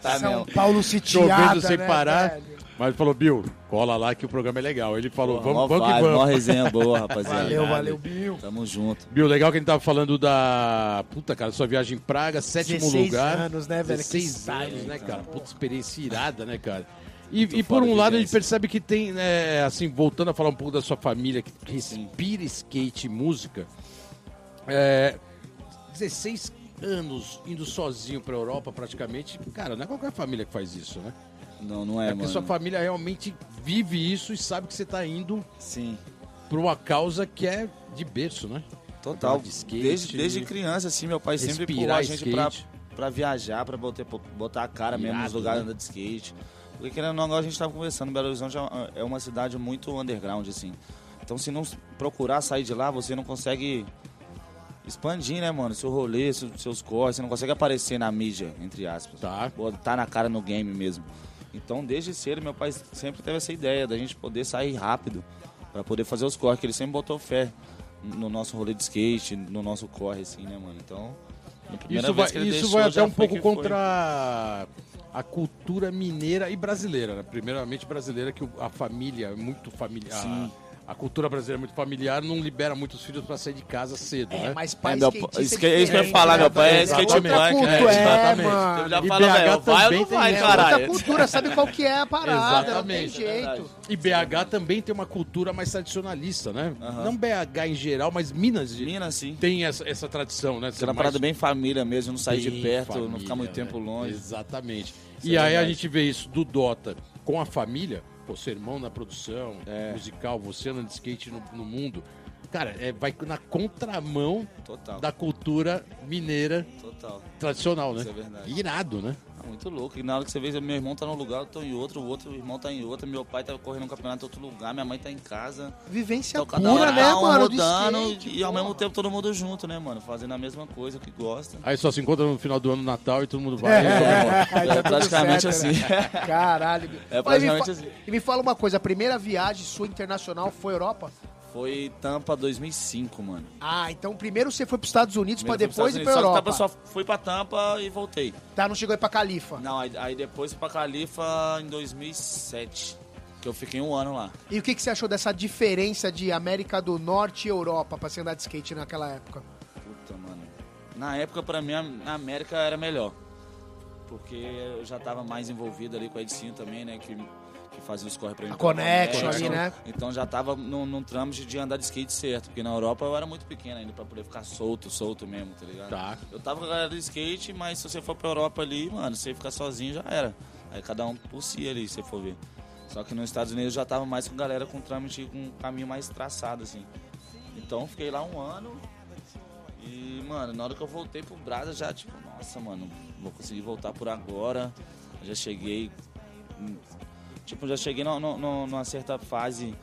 Tá, São meu. Paulo Chovendo sitiada, sem né, parar. velho? Mas falou, Bill, cola lá que o programa é legal. Ele falou, Mó vamos, vamos que vibe, Mó vamos. resenha boa, rapaziada. Valeu, valeu, Bill. Tamo junto. Bill, legal que a gente tava falando da. Puta, cara, sua viagem em Praga, sétimo 16 lugar. anos, né, velho? 16 Que anos, sonho, né, cara. cara? Puta experiência irada, né, cara? E, e por fora um de lado, a gente vivência. percebe que tem, né, assim, voltando a falar um pouco da sua família, que respira skate e música. É, 16 anos indo sozinho pra Europa, praticamente. Cara, não é qualquer família que faz isso, né? Não, não é, É, porque mano. sua família realmente vive isso e sabe que você tá indo Sim. pra uma causa que é de berço, né? Total. de skate. desde, desde criança, assim, meu pai sempre Respirar pulou a gente pra, skate. pra viajar, pra botar, botar a cara mesmo nos Irado, lugares né? andar de skate. Porque querendo ou não, agora a gente tava conversando, Belo Horizonte é uma- é uma cidade muito underground, assim. Então se não s- procurar sair de lá, você não consegue expandir, né, mano? Seu rolê, seu- seus corres, você não consegue aparecer na mídia, entre aspas. Tá. Botar na cara no game mesmo. Então, desde cedo, meu pai sempre teve essa ideia da gente poder sair rápido pra poder fazer os corres, que ele sempre botou fé no nosso rolê de skate, no nosso corre, assim, né, mano? Então, na primeira Isso vai, vez que ele isso deixou, vai até já um foi pouco que foi. contra a cultura mineira e brasileira, né? Primeiramente brasileira, que o- a família é muito familiar. Sim. A cultura brasileira é muito familiar, não libera muitos filhos pra sair de casa cedo, É, né? mas pai É, meu skatista pa- isso é que- isso que eu ia diferente, falar, né, meu pai é velho? skate outra punk, cultura, né? é, Exatamente. Eu mano. E já falo, BH velho, vai ou também não tem vai, isso. É outra caralho? cultura, sabe qual que é a parada, não tem Exatamente. jeito. E BH também tem uma cultura mais tradicionalista, né? Aham. Não BH em geral, mas Minas, Minas, sim. tem essa, essa tradição, né? Ser Era uma mais parada bem família mesmo, não sair de Bem perto, não família, ficar muito né? tempo longe. Exatamente. Isso e é aí a verdade. gente vê isso do Dota com a família, pô, seu irmão na produção, É. musical, você andando de skate no, no mundo. Cara, é, vai na contramão Total. da cultura mineira Total. tradicional, né? Isso é verdade. Irado, né? Tá muito louco. E na hora que você vê, meu irmão tá num lugar, eu tô em outro, o outro irmão tá em outro, meu pai tá correndo um campeonato em outro lugar, minha mãe tá em casa. Vivência Então cada pura, hora né, tá um mano? do rodando skate, e ao pô. mesmo tempo todo mundo junto, né, mano? Fazendo a mesma coisa que gosta. Aí só se encontra no final do ano, Natal, e todo mundo É, vai. e comemora. Aí tá É tudo praticamente certo, assim. né? Caralho. Bill. É Olha, praticamente me fa- assim. E me fala uma coisa, a primeira viagem sua internacional foi Europa? Foi Tampa 2005, mano. Ah, então primeiro você foi pros Estados Unidos pra Primeiro depois fui ir pros pra Estados Europa. Unidos, Só que tá Tampa só fui pra Tampa e voltei. Tá, não chegou aí pra Califa. Não, aí, aí depois fui pra Califa em 2007, que eu fiquei um ano lá. E o que, que você achou dessa diferença de América do Norte e Europa pra você andar de skate naquela época? Puta, mano. Na época, pra mim, a América era melhor. Porque eu já tava mais envolvido ali com a Edicinho também, né? Que, que fazia os corre pra mim. A Connection ali, né? Então já tava num, num trâmite de andar de skate certo. Porque na Europa eu era muito pequeno ainda pra poder ficar solto, solto mesmo, tá ligado? Tá. Eu tava com a galera do skate, mas se você for pra Europa ali, mano, você ficar sozinho já era. Aí cada um por si ali, se você for ver. Só que nos Estados Unidos eu já tava mais com galera com trâmite, com um caminho mais traçado, assim. Então fiquei lá um ano e, mano, na hora que eu voltei pro Brasa já, tipo, nossa, mano, vou conseguir voltar por agora. Eu já cheguei. hum, Tipo, já cheguei no- no- no- numa certa fase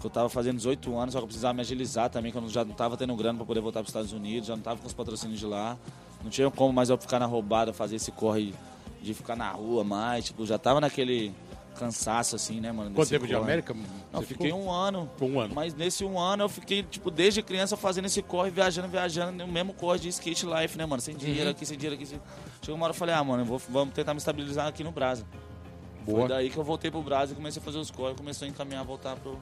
que eu tava fazendo 18 anos, só que eu precisava me agilizar também, que eu não- já não tava tendo grana pra poder voltar pros Estados Unidos, já não tava com os patrocínios de lá. Não tinha como mais eu ficar na roubada, fazer esse corre de ficar na rua mais, tipo, já tava naquele cansaço assim, né, mano? Quanto desse tempo de corre. América? Não, você fiquei ficou? um ano. Ficou um ano. Mas nesse um ano eu fiquei, tipo, desde criança fazendo esse corre, viajando, viajando, no mesmo corre de skate life, né, mano? Sem Uhum. dinheiro aqui, sem dinheiro aqui. Sem... Chegou uma hora eu falei, ah, mano, eu vou, vamos tentar me estabilizar aqui no Brasa. Boa. Foi daí que eu voltei pro Brasa e comecei a fazer os corres, comecei a encaminhar, voltar pro,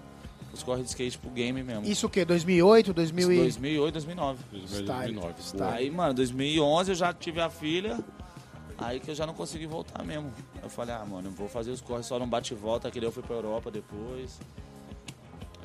os corres de skate, pro game mesmo. Isso o quê? 2008, 2000 e... 2008, 2009. 2009. Style. Tá, Aí, mano, 2011 eu já tive a filha, aí que eu já não consegui voltar mesmo. Eu falei, ah, mano, eu vou fazer os corres só não bate e volta, que daí eu fui pra Europa depois.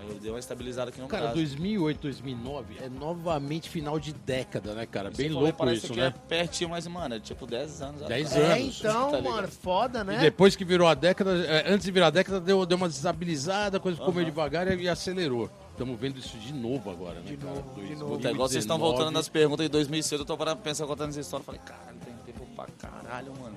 Aí eu dei uma estabilizada aqui no Cara, Brasa. 2008, 2009 é novamente final de década, né, cara? Bem Você falou, louco parece isso, que né? É pertinho, mas, mano, é tipo 10 anos. 10 atrás. É, anos. então, Tá ligado? mano, foda, E É? né? depois que virou a década, é, antes de virar a década, deu, deu uma desestabilizada, a coisa ficou meio devagar e, e acelerou. Estamos vendo isso de novo agora, né, cara? novo, de Dois- novo. Puta, é igual vocês estão 2019. voltando nas perguntas de 2006, eu tô parando pra pensar contando essa história. eu Falei, caralho, tem tempo pra caralho, mano.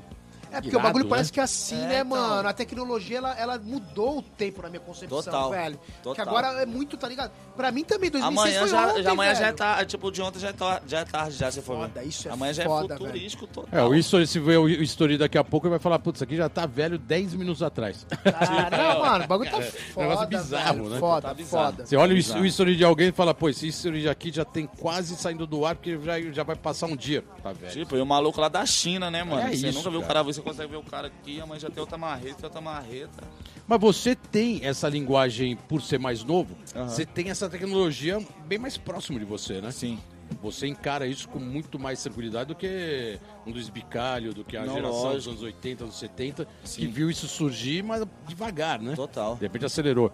É porque o Irado, bagulho né? parece que é assim, É, né, então. mano? A tecnologia, ela, ela mudou o tempo na minha concepção, Total, velho. Que total. agora é muito, tá ligado? Pra mim também, 2006 Amanhã, foi já, ontem, já, amanhã já é velho. tarde. Tipo, de ontem já é, tar- já é tarde, já, se for ver. Foda, isso é Amanhã já é foda, futurístico total. É, o history, se vê o history daqui a pouco, ele vai falar, putz, isso aqui já tá velho 10 minutos atrás. Ah, não, mano, o bagulho tá foda, negócio bizarro, velho, né? Foda, Tá bizarro. foda. Você olha o, his- Exato. o history de alguém e fala, pô, esse history aqui já tem quase saindo do ar, porque já, já vai passar um dia. Tá velho. Tipo, e o maluco lá da China, né, mano? É você isso, nunca viu o cara. cara, você consegue ver o cara aqui, amanhã já tem outra marreta, tem outra marreta. Mas você tem essa linguagem, por ser mais novo, Aham. você tem essa tecnologia bem mais próximo de você, né? Sim. Você encara isso com muito mais tranquilidade do que um dos bicalho, do que a Não, geração dos lógico. anos 80, anos 70, que Sim. viu isso surgir, mas devagar, né? Total. De repente acelerou.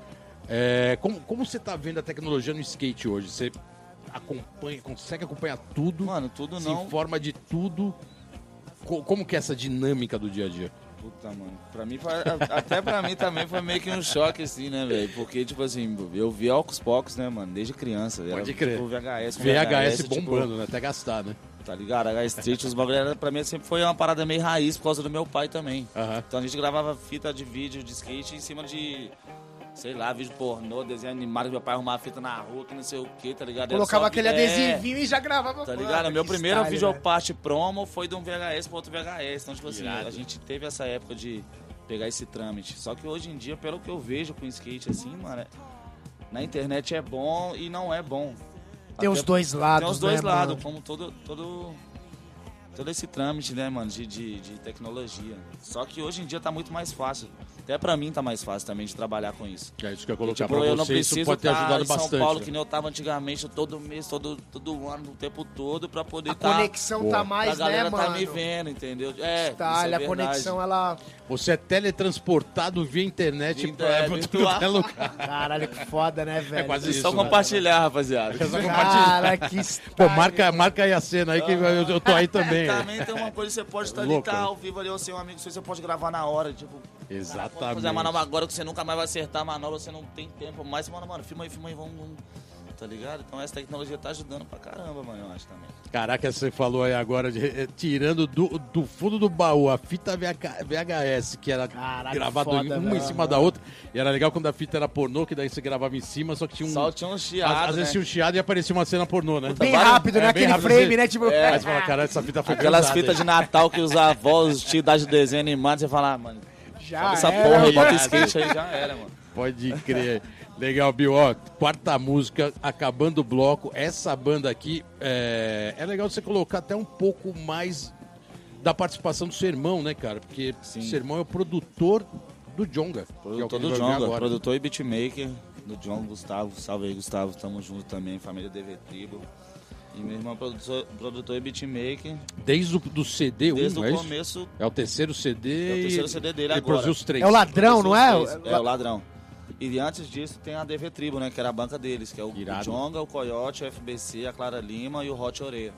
É, como, como você tá vendo a tecnologia no skate hoje? Você acompanha, consegue acompanhar tudo? Mano, tudo se não. informa de tudo? Co- como que é essa dinâmica do dia a dia? Puta, mano. Pra mim, fa- a- até pra mim também foi meio que um choque, assim, né, velho? Porque, tipo assim, eu vi aos poucos, né, mano? Desde criança. Era, Pode crer. Tipo, VHS, com VHS tipo, bombando, né? Até gastar, né? tá ligado? H Street, os bagulho era- pra mim sempre foi uma parada meio raiz por causa do meu pai também. Aham. Então a gente gravava fita de vídeo de skate em cima de, sei lá, vídeo pornô, desenho animado, que meu pai arrumava fita na rua, que não sei o que, tá ligado? Era Colocava só- aquele é, adesivinho e já gravava. Tá mano, ligado? Meu que primeiro style, né? velho. videoparte promo foi de um VHS para outro VHS. Então, tipo assim, Irado. a gente teve essa época de pegar esse trâmite. Só que hoje em dia, pelo que eu vejo com skate, assim, mano, é- na internet é bom e não é bom. Tem os Até- dois lados, tem os dois né, lados, mano? como todo, todo, todo esse trâmite, né, mano, de, de, de tecnologia. Só que hoje em dia tá muito mais fácil. Até pra mim tá mais fácil também de trabalhar com isso. É isso que eu ia colocar Tipo, pra eu não você, preciso isso pode ter tá ajudado em São bastante. Paulo, né? que nem eu tava antigamente, eu todo mês, todo, todo ano, o tempo todo, pra poder A tá... conexão Boa. tá mais, a galera né, tá mano? me vendo, entendeu? É, Tá, isso é a conexão, ela... Você é teletransportado via internet Via pra, pra internet, tudo virtual. quanto é lugar. Caralho, que foda, né, velho? quase É isso, só né? compartilhar, rapaziada. só Cara, que style. Pô, marca, marca aí a cena aí que eu, eu tô aí também. né? Também tem é uma coisa, você pode estar ali, Louco, tá né? ao vivo ali, ou seu amigo, seu, você pode gravar na hora, tipo... Cara, vamos Exatamente. fazer a manobra agora que você nunca mais vai acertar a manobra, você não tem tempo mais. Mano, mano, filma aí, filma aí, vamos, vamos. Tá ligado? Então essa tecnologia tá ajudando pra caramba, mano, eu acho também. Caraca, você falou aí agora, de- eh, tirando do, do fundo do baú a fita VH VHS, que era Caraca, gravada foda, uma em velho. cima da outra. E era legal quando a fita era pornô, que daí você gravava em cima, só que tinha um. Só tinha um às, chiado, às vezes né? tinha um chiado e aparecia uma cena pornô, né? Bem Trabalho- rápido, é, né? bem Aquele rápido, frame, assim. né? Tipo, Aí você fala, caralho, essa fita foi É. Aquelas pesada, fitas de Natal que os avós, os tios dão de desenho animado, você fala, ah, mano, já essa era, porra aí, já bota era. skate aí, já era, mano. Pode crer. Legal, Bill. Ó, quarta música, acabando o bloco. Essa banda aqui, é... é legal você colocar até um pouco mais da participação do seu irmão, né, cara? Porque Sim. seu irmão é o produtor do Jonga. que é o que a gente Produtor do vai ouvir Jonga, agora. produtor e beatmaker do John Gustavo. Salve aí, Gustavo, tamo junto também, família DV Tribo. E meu irmão é produtor, produtor e beatmaker Desde o do CD 1, desde é o isso? começo É o terceiro CD. É o terceiro e- CD dele ele agora. produziu os três. É o ladrão, não é? Vocês, É, o ladrão. E antes disso tem a DV Tribo, né? Que era a banca deles, que é o, Irado. o Jonga, o Coyote, o FBC, a Clara Lima e o Hot Oreia.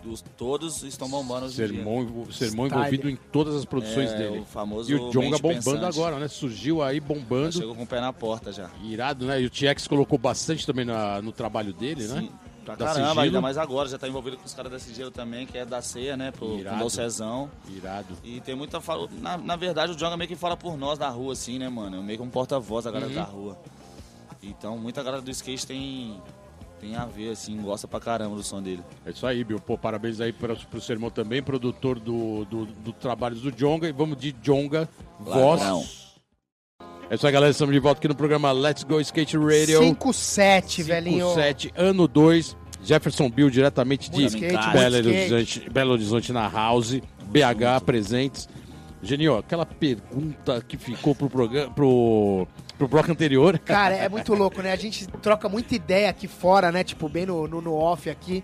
Que os- todos estão bombando hoje Seu em dia. irmão, seu irmão é Style. envolvido em todas as produções É, dele. o famoso E o Jonga mente bombando pensante. agora, né? Surgiu aí Já bombando. Chegou com o pé na porta já. Irado, né? E o TX colocou bastante também na- no trabalho dele, Sim, né? pra Da caramba, Sigilo. ainda mais agora, já tá envolvido com os caras da Sigilo também, que é da ceia, né? Pro, Irado. com o Cezão. Irado. E tem muita fala. Na, na verdade, o Jonga meio que fala por nós na rua, assim, né, mano? É meio que um porta-voz da galera da rua. Então, muita galera do skate tem, tem a ver, assim, gosta pra caramba do som dele. É isso aí, Bill. Pô, parabéns aí pra, pro seu irmão também, produtor do, do, do trabalho do Jonga. E vamos de Jonga, Ladrão. voz. É isso aí, galera. Estamos de volta aqui no programa Let's Go Skate Radio. 5-7, velhinho. 57, ano 2. Jefferson Bill, diretamente de Muito skate, muito Belo, skate. Horizonte, Belo Horizonte na House. BH presentes. Genio, aquela pergunta que ficou pro programa. Pro, pro bloco anterior. Cara, é muito louco, né? A gente troca muita ideia aqui fora, né? Tipo, bem no, no, no off aqui.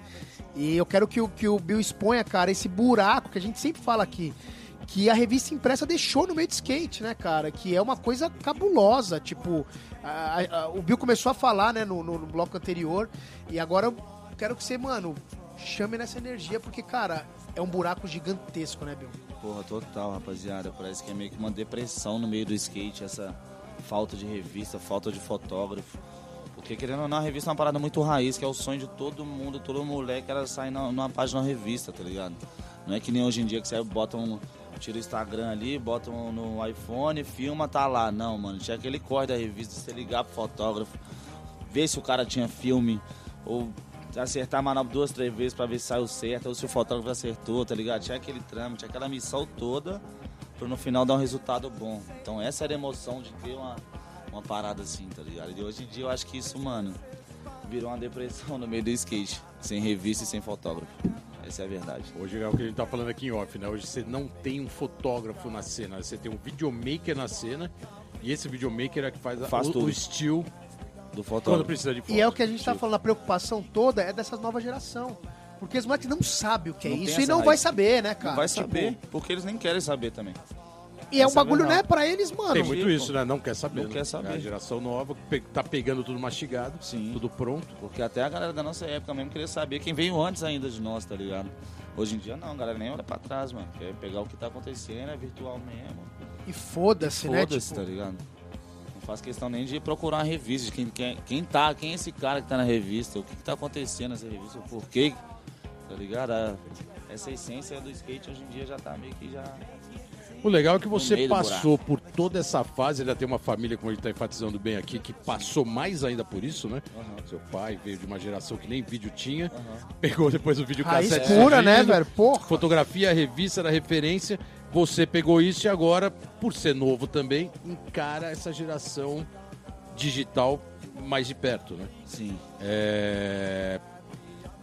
E eu quero que o, que o Bill exponha, cara, esse buraco que a gente sempre fala aqui. Que a revista impressa deixou no meio de skate, né, cara? Que é uma coisa cabulosa. Tipo, a- a- a- o Bill começou a falar, né, no, no- no bloco anterior. E agora eu quero que você, mano, chame nessa energia, porque, cara, é um buraco gigantesco, né, Bill? Porra, total, rapaziada. Parece que é meio que uma depressão no meio do skate, essa falta de revista, falta de fotógrafo. Porque, querendo ou não, a revista é uma parada muito raiz, que é o sonho de todo mundo, todo moleque, era sair na- numa página de uma revista, tá ligado? Não é que nem hoje em dia que você bota um, Tira o Instagram ali, bota um no iPhone, filma, tá lá. Não, mano, tinha aquele corte da revista, você ligar pro fotógrafo, ver se o cara tinha filme, ou acertar a manobra duas, três vezes pra ver se saiu certo, ou se o fotógrafo acertou, tá ligado? Tinha aquele trâmite, aquela missão toda pra no final dar um resultado bom. Então essa era a emoção de ter uma, uma parada assim, tá ligado? E hoje em dia eu acho que isso, mano, virou uma depressão no meio do skate, sem revista e sem fotógrafo. Essa é a verdade. Hoje é o que a gente tá falando aqui em off, né? Hoje você não tem um fotógrafo na cena, você tem um videomaker na cena e esse videomaker é que faz, a- Faz o, tudo. o estilo Do quando fotógrafo. precisa de foto. E é o que a gente tá falando, a preocupação toda é dessa nova geração. Porque os moleques não sabem o que é Não tem isso e essa não raiz. vai saber, né, cara? Não vai Tipo, saber, porque eles nem querem saber também. E é Não um sabe bagulho, não. né, pra eles, mano. Tem Não, muito tipo, isso, né? Não quer saber. não né? quer saber. É a geração nova que pe- tá pegando tudo mastigado, Sim. tudo pronto. Porque até a galera da nossa época mesmo queria saber quem veio antes ainda de nós, tá ligado? Hoje em dia não, a galera nem olha pra trás, mano. Quer pegar o que tá acontecendo, é virtual mesmo. E foda-se, né? Foda-se, tipo, tá ligado? Não faz questão nem de procurar uma revista, de quem, quem, quem tá, quem é esse cara que tá na revista, o que, que tá acontecendo nessa revista, o porquê, tá ligado? A- essa essência do skate hoje em dia já tá meio que já. O legal é que No você meio do passou por toda essa fase, ainda tem uma família, como a gente tá enfatizando bem aqui, que passou mais ainda por isso, né? Seu pai veio de uma geração que nem vídeo tinha, pegou depois o Raiz videocassete. pura, né, surgindo, velho? Porra. Fotografia, revista era referência. Você pegou isso e agora, por ser novo também, encara essa geração digital mais de perto, né? Sim. É,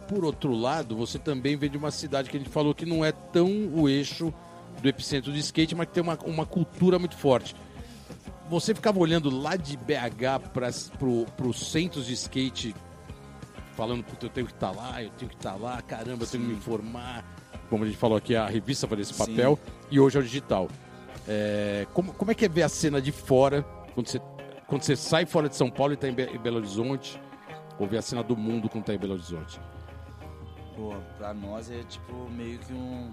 Por outro lado, você também vem de uma cidade que a gente falou que não é tão o eixo do epicentro do skate, mas que tem uma, uma cultura muito forte. Você ficava olhando lá de BH para os centros de skate, falando, puta, eu tenho que estar lá, eu tenho que estar lá, caramba, eu tenho que me informar. Como a gente falou aqui, a revista fazia esse Sim. papel e hoje é o digital. É, como, como é que é ver a cena de fora, quando você, quando você sai fora de São Paulo e está em, Be- em Belo Horizonte, ou ver a cena do mundo quando está em Belo Horizonte? Pô, pra nós é tipo meio que um.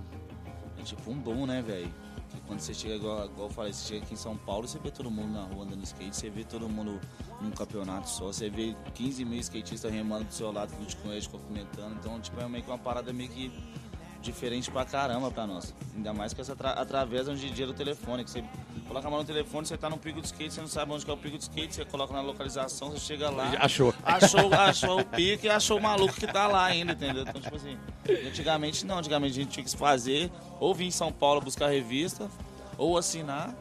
É tipo um boom, né, velho? Porque Quando você chega, igual, igual eu falei, você chega aqui em São Paulo, você vê todo mundo na rua andando de skate, você vê todo mundo num campeonato só, você vê 15 mil skatistas remando do seu lado, que não te conhece, cumprimentando. Então, tipo, é meio que uma parada meio que diferente pra caramba pra nós. Ainda mais com essa tra- através hoje em dia do telefone, que você coloca a mão no telefone, você tá no pico de skate, você não sabe onde que é o pico de skate, você coloca na localização, você chega lá Achou? Tá? achou, achou o pique e achou o maluco que tá lá ainda, entendeu? Então, tipo assim, antigamente não, antigamente a gente tinha que se fazer, ou vir em São Paulo buscar revista, ou assinar,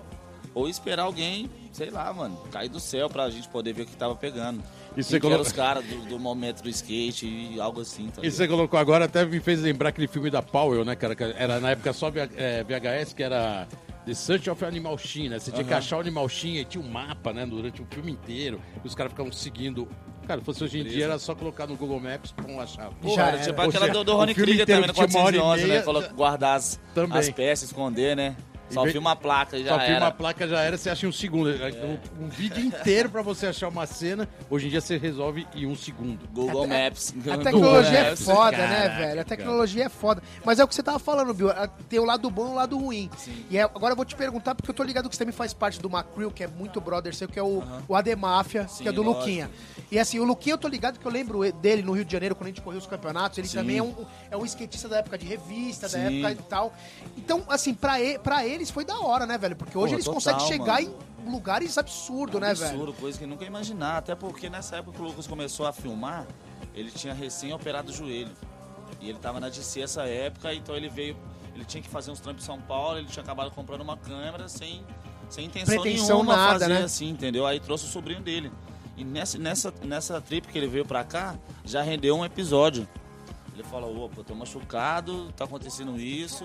ou esperar alguém, sei lá, mano, cair do céu pra gente poder ver o que tava pegando. E você Quem que era colo- os caras do, do momento do skate e algo assim, tá E ligado? você colocou agora, até me fez lembrar aquele filme da Powell, né, cara? que Era na época só V- eh, VHS, que era The Search of Animal Shin, né? Você tinha que Aham. achar o Animal Shin e tinha um mapa, né, durante o filme inteiro. E os caras ficavam seguindo. Cara, se fosse hoje em dia, era só colocar no Google Maps, pum, achar. Pô, Já Cara, era. tipo Ou aquela seja, do, do o Rony filme Krieger inteiro também, no tinha uma hora e 411, né? meia, Colo- já- Guardar as, Também. as peças, esconder, né? Só vem- filma a placa e já Só era. É. filma a placa, já era, você acha em um segundo. Um, um vídeo inteiro pra você achar uma cena, hoje em dia você resolve em um segundo. Google Maps. A Google tecnologia é Maps. foda, né, Caraca, velho? cara. A tecnologia é foda. Mas é o que você tava falando, Bill. Ah, Tem o lado bom e o lado ruim. Sim. E é- agora eu vou te perguntar, porque eu tô ligado que você também faz parte do Macrew, que é muito brother seu, que é o, o Ademáfia, Sim, que é do lógico. Luquinha. E assim, o Luquinha eu tô ligado que eu lembro e- dele no Rio de Janeiro, quando a gente correu os campeonatos. Ele Sim. também é um, é um skatista da época de revista, da Sim. época e tal. Então, assim, pra, e- pra eles foi da hora, né, velho? Porque hoje Pô, eles total, conseguem chegar mano. em lugares absurdos, né, absurdo, velho? coisa que eu nunca ia imaginar. Até porque nessa época que o Lucas começou a filmar, ele tinha recém operado o joelho. E ele tava na DC essa época, então ele veio. Ele tinha que fazer uns trampos em São Paulo, ele tinha acabado comprando uma câmera sem, sem intenção Pretensão nenhuma nada, fazer né? assim, entendeu? Aí trouxe o sobrinho dele. E nessa, nessa, nessa trip que ele veio pra cá, já rendeu um episódio. Ele falou, opa, tô machucado, tá acontecendo isso.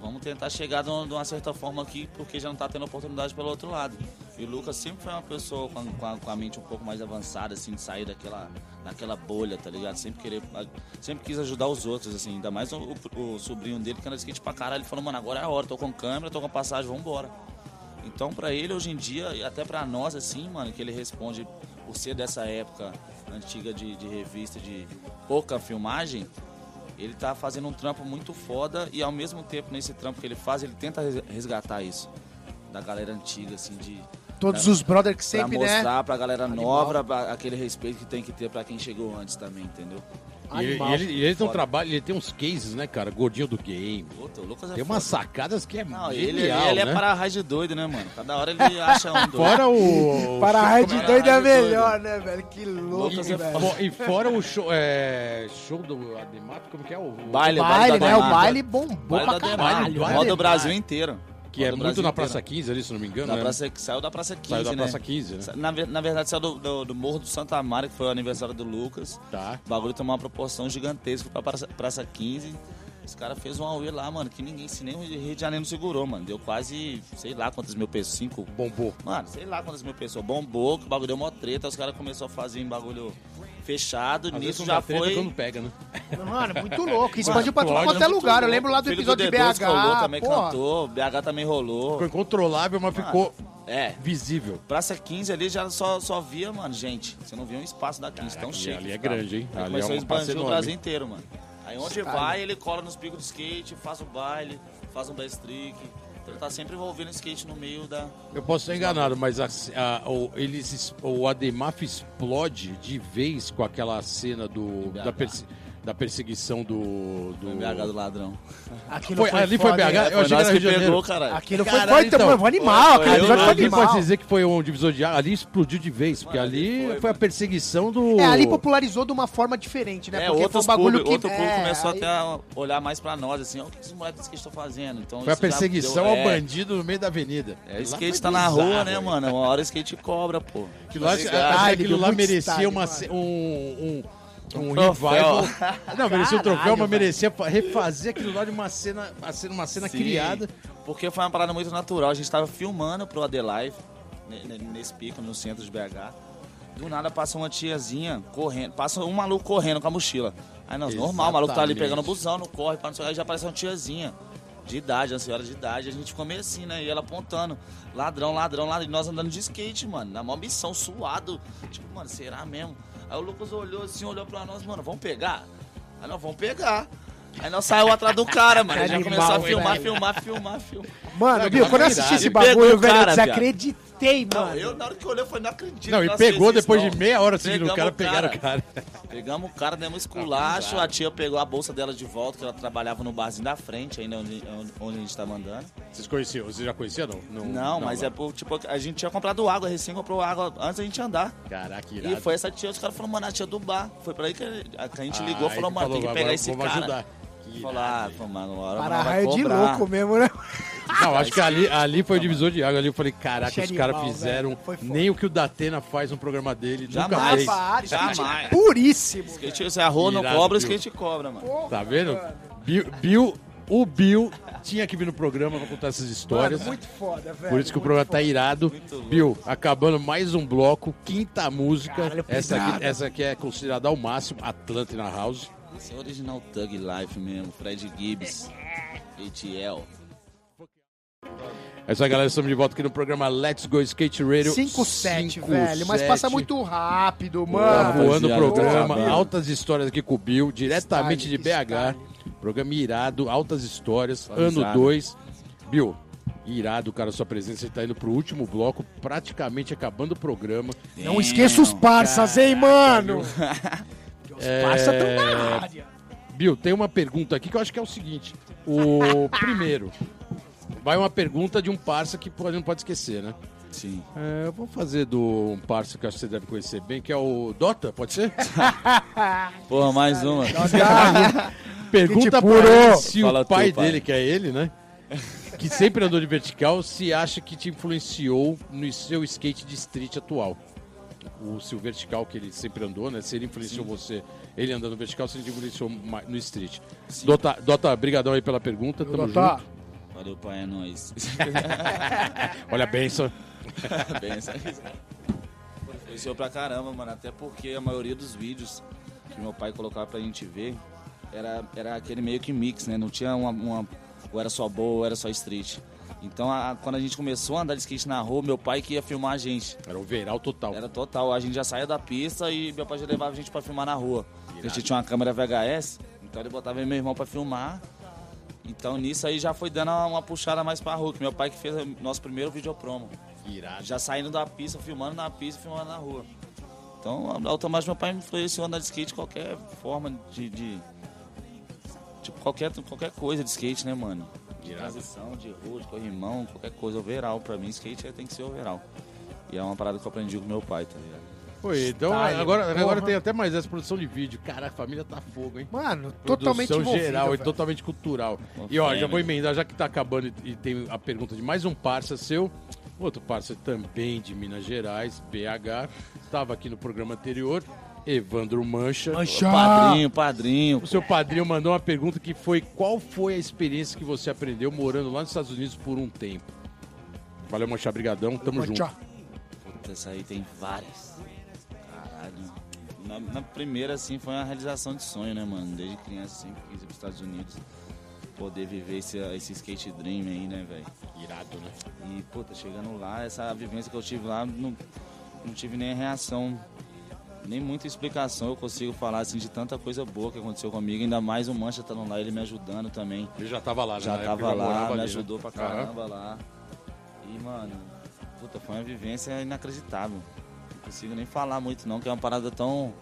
Vamos tentar chegar de uma, de uma certa forma aqui, porque já não tá tendo oportunidade pelo outro lado. E o Lucas sempre foi uma pessoa com a, com a- com a mente um pouco mais avançada, assim, de sair daquela, daquela bolha, tá ligado? Sempre querer, a- sempre quis ajudar os outros, assim, ainda mais o, o- o sobrinho dele que anda de skate pra caralho. Ele falou, mano, agora é a hora, tô com câmera, tô com passagem, vambora. Então, pra ele, hoje em dia, e até pra nós, assim, mano, que ele responde por ser dessa época antiga de, de revista, de pouca filmagem, ele tá fazendo um trampo muito foda e, ao mesmo tempo, nesse trampo que ele faz, ele tenta res- resgatar isso da galera antiga, assim, de... Todos da- os brothers que sempre, pra né? mostrar pra galera Animal. nova pra- aquele respeito que tem que ter pra quem chegou antes também, entendeu? E ele, Animal. e ele- e ele tem um Foda. trabalho, ele tem uns cases, né, cara? Gordinho do game. Puta, o Lucas é Tem foda. umas sacadas que é Não, genial, ele, ele né? é para raiz de doido, né, mano? Cada hora ele acha um doido. Fora o... Para a como Rádio é? Doida é Rádio Doida. melhor, né, velho? Que louco, E, Lucas e, é velho. fo- e fora o show, é, show do Ademato, como que é? O, o- Baile, O baile baile, da né? O Donada. baile bombou Baile pra da Donada. caralho. baile. Roda velho. o Brasil inteiro. que é Roda o muito Brasil na inteiro. Praça 15 ali, se não me engano, Na né? praça, saiu da Praça 15, Saiu da né? Praça 15, né? Sa- Na, ver- na verdade, saiu do, do, do Morro do Santa Maria, que foi o aniversário do Lucas. Tá. O bagulho tomou uma proporção gigantesca pra Praça, praça 15. Os caras fez um auê lá, mano, que ninguém, se nem o Rio de Janeiro não segurou, mano. Deu quase, sei lá quantas mil pessoas, cinco... Bombou. Mano, sei lá quantas mil pessoas. Bombou, que o bagulho deu mó treta, os caras começaram a fazer em bagulho fechado. Às vezes Nisso não né? já dá treta quando foi... Pega, né? Mano, muito louco. Expandiu pra tudo Mano, quanto é muito lugar. Eu louco. lembro lá do né? Filho episódio de D2 Rolou, BH. também Porra. cantou, BH também rolou. Ficou incontrolável, mas ficou É, visível. Praça 15 ali já só, só via, mano, gente. Você não via um espaço da 15 tão e cheio. ali que é ficava. grande, hein? Aí Ali é começou a uma praça expandir o enorme. Brasil inteiro, mano. Aí onde Caralho. vai, ele cola nos picos de skate, faz o baile, faz um backstreak. Então ele tá sempre envolvendo skate no meio da... Eu posso ser enganado, mas a, a- o, eles, es- o Ademaf explode de vez com aquela cena do, da, perse- da perseguição do. do... Do BH do ladrão. Aquilo Foi, ali foi foda, né? BH? hein? É, Eu achei que era Rio de pegou, Janeiro. caralho. Aquilo foi, Caralho, foi, então. mano, foi um animal, Foi, aquele foi, episódio eu- foi Ali pode um animal. dizer que foi um divisor de água. Ali explodiu de vez, porque Mano, ali ali foi, foi, a mano. perseguição do. É, ali popularizou de uma forma diferente, né? É, Porque foi outros um bagulho público- que... outro público é, começou aí- até a olhar mais pra nós, assim, ó, o que esses moleques que estão fazendo? Então, Foi a isso já perseguição deu- ao é, bandido no meio da avenida. É, Lá o skate foi tá na rua, bizarro, né, velho. mano? Uma hora o skate cobra, pô. Tá Aquilo lá, é, ligado? acho que aquilo Caralho, lá muito destaque, merecia uma, mano. se- um, um, um Troféu. revival. Não, merecia um troféu, mas velho. merecia fa- refazer aquilo lá de uma cena, uma cena, uma cena Sim, criada. Porque foi uma parada muito natural. A gente tava filmando pro Adelive, ne- ne- nesse pico, no centro de BH. Do nada passa uma tiazinha correndo, passa um maluco correndo com a mochila. Aí nós, normal, o maluco tá ali Exatamente. pegando o busão, não corre, para não sei o que, aí já aparece uma tiazinha. De idade, uma senhora de idade, a gente ficou meio assim, né? E ela apontando, ladrão, ladrão, ladrão, e nós andando de skate, mano, na maior missão, suado. Tipo, mano, será mesmo? Aí o Lucas olhou assim, olhou pra nós, mano, vamos pegar? Aí nós vamos pegar. Aí nós saímos atrás do cara, mano. Já Animal, começou a filmar, velho. filmar, filmar, filmar. Mano, Bill, quando eu assisti esse Ele pegou bagulho, o velho, eu cara, viado. desacreditei, Não, mano. eu na hora que eu olhei, eu falei, não acredito. Não, que e nós pegou fez isso, depois não. de meia hora seguindo o Pegamos cara, pegaram o cara. Pegamos o cara, demos esculacho, a tia pegou a bolsa dela de volta, que ela trabalhava no barzinho da frente, ainda onde, onde- onde a gente tá mandando. Vocês conheciam? Vocês já conheciam, não? Não, mas é por, tipo, a gente tinha comprado água, recém comprou água antes da gente andar. Caraca, irado. E foi essa tia, os caras falaram, mano, a tia do bar. Foi pra aí que a, que a gente Ah, ligou, aí falou, mano, tem que agora pegar esse vamos cara. ajudar. Que Falou, ah, irado, pô, mano, uma hora Para nós vai raio de cobrar. louco mesmo, né? velho. tá, Não, acho que ali, é ali foi o divisor de água. Ali eu falei, caraca, Achei os caras animal, fizeram velho. Foi foda. nem o que o Datena faz no programa dele. Nunca Jamais. fez. Para, skate Jamais. puríssimo. velho. Skate, tipo, se a rua não Irado, cobra, o viu? skate cobra, mano. Tá vendo? Bill, Bill- o Bill tinha que vir no programa pra contar essas histórias. Mano, muito foda, velho. Por isso que o muito programa foda. tá irado. Muito louco. Bill, acabando mais um bloco, quinta música. Caralho, essa, pesado. aqui, essa aqui é considerada ao máximo Atlântida House. Esse é o original Thug Life mesmo, Fred Gibbs, ATL. É isso aí, galera. Estamos de volta aqui no programa Let's Go Skate Radio. 5-7, 5-7. velho. Mas passa muito rápido, Tá mano. voando o rapaziada, programa. tá voando. Altas histórias aqui com o Bill, diretamente Style, de BH. Programa irado, altas histórias, ano risada. 2. Bill, irado, cara, sua presença. Você tá indo pro último bloco, praticamente acabando o programa. Não esqueça os parças, hein, mano? é Os parças tão na área. É, Bill, tem uma pergunta aqui que eu acho que é o seguinte. O primeiro, vai uma pergunta de um parça que a gente não pode esquecer, né? Sim. É, eu vou fazer do um parça que eu acho que você deve conhecer bem, que é o Dota, pode ser? Porra, mais uma. Pergunta Que te por purou. ele se Fala o pai tu, pai. dele, que é ele, né? Que sempre andou de vertical, se acha que te influenciou no seu skate de street atual. O seu vertical que ele sempre andou, né? Se ele influenciou você, ele andando vertical, se ele te influenciou ma- no street. Dota, Dota, brigadão aí pela pergunta, tamo Dota. junto. Valeu, pai, é nóis. Olha a benção. Benção. Influenciou pra caramba, mano. Até porque a maioria dos vídeos que meu pai colocava pra gente ver era, era aquele meio que mix, né? Não tinha uma, uma. Ou era só boa, ou era só street. Então, a- quando a gente começou a andar de skate na rua, meu pai que ia filmar a gente. Era o veral total. Era total. A gente já saía da pista e meu pai já levava a gente pra filmar na rua. A gente tinha uma câmera VHS, então ele botava eu e meu irmão pra filmar. Então nisso aí já foi dando uma, uma puxada mais pra rua, que meu pai que fez o nosso primeiro videopromo. Irado. Já saindo da pista, filmando na pista, filmando na rua. Então, automaticamente meu pai me influenciou a andar de skate de qualquer forma de, de- Tipo, qualquer, qualquer coisa de skate, né, mano? De Irado. transição, de rua, de corrimão, qualquer coisa. Overall, pra mim, skate é- tem que ser overall. E é uma parada que eu aprendi com meu pai, tá ligado? Foi, então Style, agora, agora porra. tem até mais essa produção de vídeo. Cara, a família tá fogo, hein? Mano, totalmente Produção envolvido, geral então, e velho. totalmente cultural. Uma E ó, já fêmea. vou emendar, já que tá acabando e, e tem a pergunta de mais um parça seu, outro parça também de Minas Gerais, BH, estava aqui no programa anterior, Evandro Mancha. Mancha! Padrinho, padrinho. O seu padrinho mandou uma pergunta que foi qual foi a experiência que você aprendeu morando lá nos Estados Unidos por um tempo? Valeu, Mancha, brigadão, tamo junto. Mancha. Puta, essa aí tem várias. Caralho. Na, na primeira, assim, foi uma realização de sonho, né, mano? Desde criança, sempre quis ir pros Estados Unidos. Poder viver esse, esse skate dream aí, né, velho? Irado, né? E, puta, chegando lá, essa vivência que eu tive lá, não, não tive nem reação, nem muita explicação. Eu consigo falar, assim, de tanta coisa boa que aconteceu comigo. Ainda mais o Mancha estando lá, ele me ajudando também. Ele já tava lá, né? Já Na época tava já morava lá, ali, me né? ajudou pra Aham. caramba lá. E, mano, puta, foi uma vivência inacreditável. Não consigo nem falar muito, não, que é uma parada tão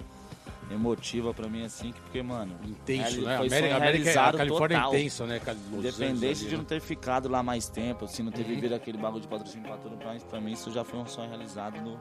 emotiva pra mim, assim, que porque, mano... Intenso, reali- né? A foi América, sonho a América é, a realizado Califórnia total. é intensa, né? Cara, Los Angeles Independente ali, de né? Uhum. não ter ficado lá mais tempo, assim, não ter vivido aquele bagulho de patrocínio pra tudo, pra, pra mim isso já foi um sonho realizado no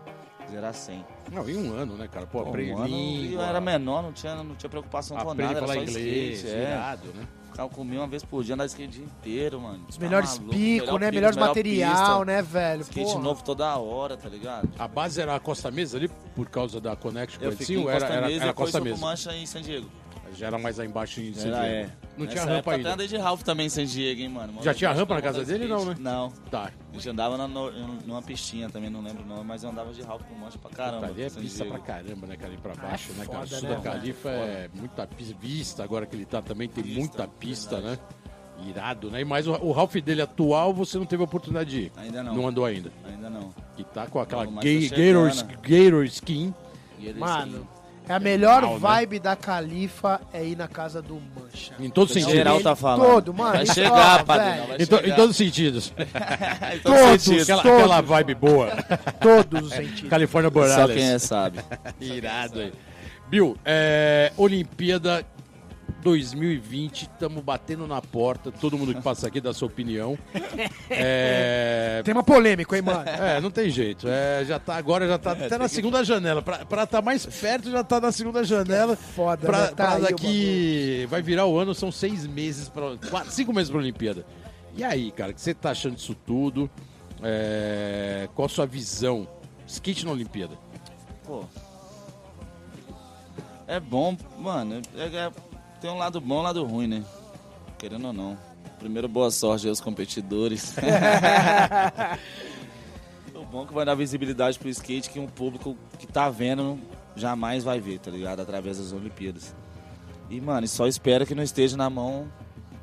zerar 100. Não, em um ano, né, cara? Pô, Pô, aprendi. um ano, eu era menor, não tinha, não tinha preocupação com aprendi nada, a era só falar inglês, skate, é. irado, né? Ficava comigo uma vez por dia, andava de skate o dia inteiro, mano. Tá Os melhores picos, né? Melhores material, né, velho? Skate Porra. novo toda hora, tá ligado? A base era a Costa Mesa ali, por causa da Connection Eu com o fiquei em Edinho, era, Costa era, Mesa era e depois Costa fui pro Mesa. Mancha em San Diego. Já era mais lá embaixo em San Era, Diego. é. Não tinha Nessa rampa época ainda. até andei de Ralph também em San Diego, hein, mano. Uma Já vez tinha eu rampa na andava casa de dele, não, skate. Não. Tá. A gente andava na, no- um, numa pistinha também, não lembro o nome, mas eu andava de Ralph pro Mancha pra caramba. Ah, ali é San pista Diego. pra caramba, né, cara? Ali pra baixo, né, cara? foda, Sul né, da mano? Califa é muita pista. Vista agora que ele tá também, tem Vista, muita pista, verdade. né? Irado, né? E mais o, o Ralph dele atual, você não teve a oportunidade de ir. Ainda não. Não andou ainda. Ainda não. E tá com aquela Não, mas gay- tá Gator, chegando. Gator Skin. E ele Mano, assim, é a melhor Mal, né? vibe da Califa é ir na casa do Mancha. Em todos os Não, sentidos. geral Ele tá falando. Todo, mano. é Vai ele chegar, fala, padrinho, velho. vai Então, Em, to- em chegar. todos os sentidos. Em todos os Todos, sentidos. Aquela, todos. aquela vibe boa. Todos os É. sentidos. Califórnia Só quem é Borales. sabe. Irado aí. Bill, é, Olimpíada 2020, estamos batendo na porta. Todo mundo que passa aqui dá sua opinião. É, Tema polêmico, hein, mano? é, não tem jeito. É, já tá, agora já tá até na segunda janela. Pra estar mais perto, já tá na segunda janela. Foda, pra, né? Tá pra aí o daqui. Vai virar o ano, são seis meses, pra, quatro, cinco meses pra Olimpíada. E aí, cara, o que você tá achando disso tudo? É, qual a sua visão? Skate na Olimpíada. Pô. É bom, mano. é- é- tem um lado bom e um lado ruim, né? Querendo ou não. Primeiro, boa sorte aos competidores. o bom é que vai dar visibilidade pro skate que um público que tá vendo jamais vai ver, tá ligado? Através das Olimpíadas. E, mano, só espero que não esteja na mão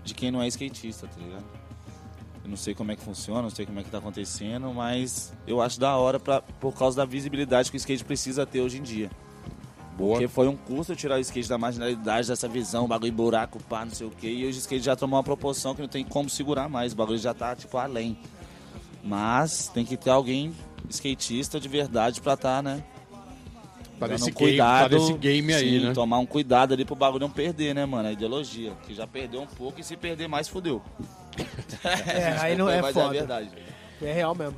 de quem não é skatista, tá ligado? Eu não sei como é que funciona, não sei como é que tá acontecendo, mas eu acho da hora pra, por causa da visibilidade que o skate precisa ter hoje em dia. Boa. Porque foi um custo tirar o skate da marginalidade, dessa visão, bagulho em buraco, pá, não sei o quê. E hoje o skate já tomou uma proporção que não tem como segurar mais. O bagulho já tá, tipo, além. Mas tem que ter alguém skatista de verdade pra tá, né? Tá dando nesse, um game, tá nesse game aí, sim, né? Tomar um cuidado ali pro bagulho não perder, né, mano? A ideologia. Que já perdeu um pouco e se perder mais, fudeu. É, aí não é Mas É foda. verdade. É real mesmo.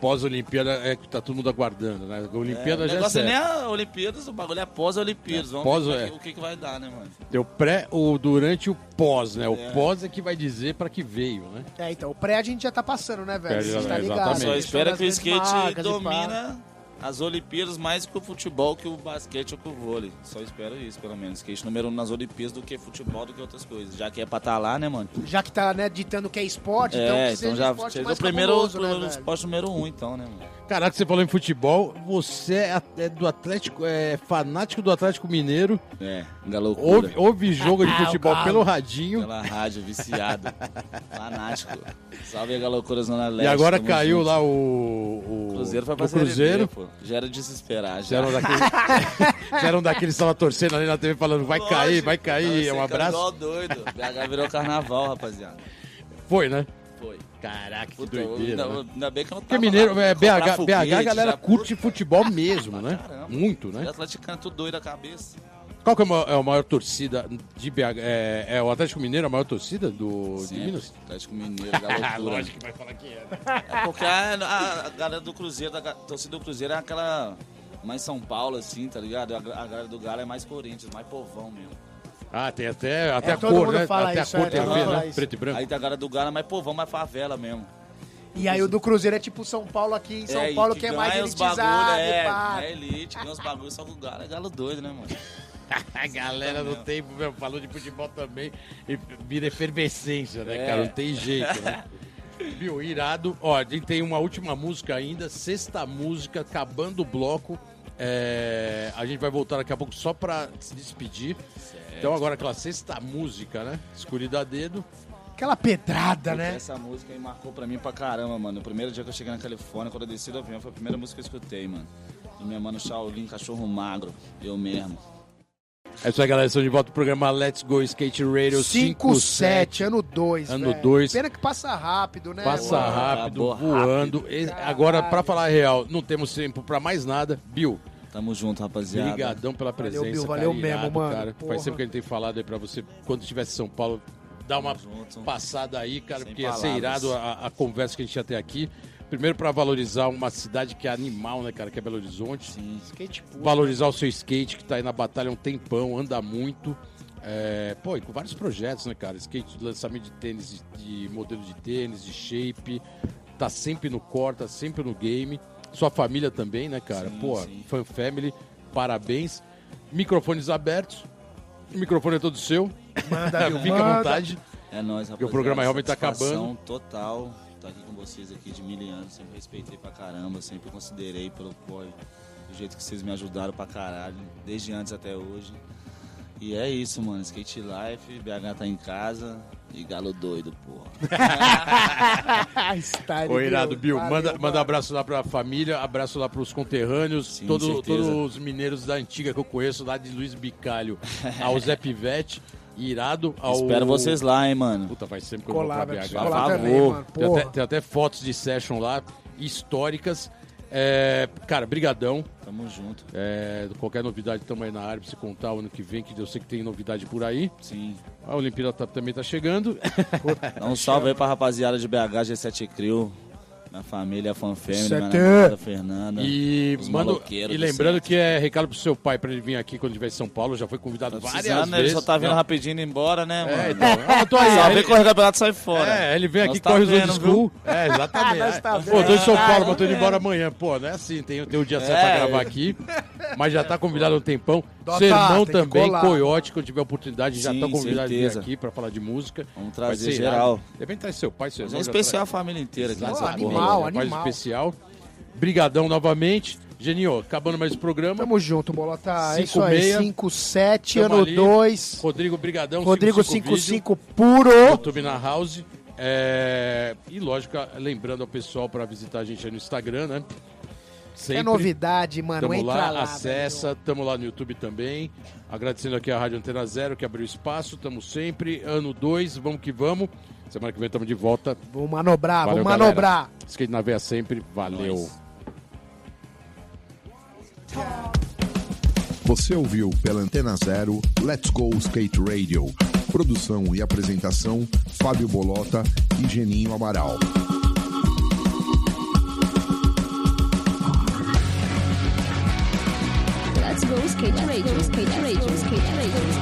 Pós-Olimpíada é que tá todo mundo aguardando, né? A Olimpíada o já é negócio certo. nem a Olimpíadas, o bagulho é pós-Olimpíadas. É, Vamos pós- ver é. o que, o que que vai dar, né, mano? Tem o pré, o durante e o pós, né? O É. pós é que vai dizer pra que veio, né? É, então, o pré a gente já tá passando, né, velho? É, Você já- tá ligado? exatamente. Só Só espera que o As grandes skate marcas e pá. domina as Olimpíadas mais que o futebol, que o basquete ou que o vôlei. Só espero isso, pelo menos. Skate número um nas Olimpíadas do que futebol, do que outras coisas. Já que é pra estar lá, né, mano? Já que tá, né, ditando que é esporte, então é, que então seja já esporte seja o mais primeiro, cabuloso, primeiro né, velho? esporte número um, então, né, mano? Caraca, você falou em futebol, você é at- é do Atlético, é fanático do Atlético Mineiro, É, ainda loucura. ouve, ouve jogo de Ah, o futebol Galo. pelo radinho Pela rádio, viciado. fanático. Salve a loucura Zona Leste. e agora tamo caiu junto. lá o, o Cruzeiro foi pra o Série B, Cruzeiro. pô. Já era desesperar, Você já. era um daqueles, você era um daqueles que estava torcendo ali na TV falando vai cair, vai cair, é um abraço. Igual doido. BH virou carnaval, rapaziada. Foi, né? Foi. Caraca, que Puta, eu- doideira. ainda, né? ainda bem que eu não Porque tava mineiro, lá, é, comprar BH, foguete, BH a galera já- curte futebol mesmo, né? Caramba. Muito, E né? atleticano, tudo doido da cabeça. Qual que é a maior, é a maior torcida de BH? É, é o Atlético Mineiro a maior torcida do, de Sempre. Minas? Atlético Mineiro, da loucura. Ah, que vai falar que é. É porque a, a- a galera do Cruzeiro, da ga- torcida do Cruzeiro é aquela mais São Paulo, assim, tá ligado? A, gra- a galera do Galo é mais Corinthians, mais povão mesmo. Ah, tem até, até É, a todo cor, mundo né? fala até isso, a é, cor tem a todo ver, mundo né? fala isso. Preto e branco. Aí da galera do Galo é mais povão, mais favela mesmo. E aí o do Cruzeiro é tipo São Paulo aqui em São É, e Paulo, que é mais ganha uns elitizado. bagulho, é, pá. é elite, ganha uns bagulho, só que o Galo é Galo doido, né, mano? A galera do tempo, meu, falou de futebol também e vira efervescência, né, É. cara? Não tem jeito, né? Viu, irado. Ó, a gente tem uma última música ainda, sexta música, acabando o bloco. É, a gente vai voltar daqui a pouco só pra se despedir. Então agora aquela sexta música, né? Escolhida a dedo. Aquela pedrada, É, Puta, né? Essa música aí marcou pra mim pra caramba, mano. O primeiro dia que eu cheguei na Califórnia, quando eu desci do avião, foi a primeira música que eu escutei, mano. Do meu mano Shaolin, cachorro magro, eu mesmo. É isso aí, galera. Estamos de volta pro programa Let's Go Skate Radio 5-7, ano 2. Ano dois. Pena que passa rápido, né? Passa mano? rápido, acabou voando. E Agora, pra Caralho. falar a real, não temos tempo pra mais nada. Bill, Tamo junto, rapaziada. brigadão pela presença. Bill, cara, valeu mesmo, mano. Cara. Porra. Faz tempo que a gente tem falado aí pra você, quando estiver em São Paulo, dá uma junto. passada aí, cara, Sem porque ia ser palavras. irado a, a conversa que a gente ia ter aqui. Primeiro, pra valorizar uma cidade que é animal, né, cara, que é Belo Horizonte. Sim. né? Skate puro. Valorizar o seu skate, que tá aí na batalha há um tempão, anda muito. É, pô, e com vários projetos, né, cara? Skate, lançamento de tênis, de, de modelo de tênis, de shape. Tá sempre no core, tá sempre no game. Sua família também, né, cara? Sim, pô, sim. Fan Family, parabéns. Microfones abertos. O microfone é todo seu. Manda, Bill, Fica à manda. vontade. É nóis, rapaziada. o programa realmente tá Satisfação acabando. total. Tá aqui com vocês aqui de mil anos. Sempre respeitei pra caramba, sempre considerei pelo apoio. Do jeito que vocês me ajudaram pra caralho. Desde antes até hoje. E é isso, mano. Skate Life, BH tá em casa. E galo doido, porra. Style, Ô, irado, Bill, Valeu, manda, mano. manda abraço lá pra família, abraço lá pros conterrâneos, Sim, todo- certeza. todos os mineiros da antiga que eu conheço, lá de Luiz Bicalho, ao Zé Pivete, irado ao... Espero vocês lá, hein, mano. Puta, faz sempre que eu vou pra Colar, velho. BH. Colar Por também, favor. mano. Tem até, Porra. tem até fotos de session lá, históricas. É, cara, brigadão. Tamo junto. É, qualquer novidade estamos aí na área pra se contar o ano que vem, que eu sei que tem novidade por aí. Sim. A Olimpíada tá- também tá chegando. É, Dá um salve aí pra rapaziada de BH, G7 Crew. Minha família, a fanfêmea, minha G7. namorada, Fernanda. E, É. Os mando, maloqueiros e do lembrando centro. que é recado pro seu pai pra ele vir aqui quando estiver em São Paulo. Já foi convidado Tá várias precisando, né? ele vezes. só tá vindo Não. rapidinho embora, né, mano? É, então. Eu tô aí. Só ele, vem correr o campeonato e sai fora. é, ele vem Nós aqui, tá corre os vendo, old viu? school. É, exatamente. Nós tá Pô, tô em São vendo. Paulo, mas tô indo embora amanhã. Pô, não é assim, tem, tem o dia certo pra É. gravar aqui. Mas já tá convidado há um tempão. Dota, Sermão tem que também, colar. Coiote, quando tiver oportunidade, já Sim, tá convidado de vir certeza. aqui pra falar de música. Vamos Vai trazer ser geral. irado. De repente traz seu pai, seu Mas irmão. é já especial a família inteira aqui Exato, nessa animal. porra. Porra, mais animal. especial. Brigadão novamente. Geninho, acabando mais o programa. Tamo junto, Bolota. É Cinco isso aí. meia. 5-7, Tamo ano ali. 2. Rodrigo Brigadão. Rodrigo 55 vídeo, 55 puro. YouTube na House. É, E lógico, lembrando ao pessoal para visitar a gente aí no Instagram, né? Sempre. É novidade, mano. Tamo Entra lá, lá. acessa, tamo lá no YouTube também. Agradecendo aqui a Rádio Antena Zero que abriu espaço, tamo sempre. Ano 2, vamos que vamos. Semana que vem tamo de volta. velho. Vamos manobrar, Valeu, vamos galera. Tá manobrar. Skate na veia sempre, valeu. Nós. Você ouviu pela Antena Zero Let's Go Skate Radio. Produção e apresentação: Fábio Bolota e Geninho Amaral. Let's go skate radio, skate radio, skate radio.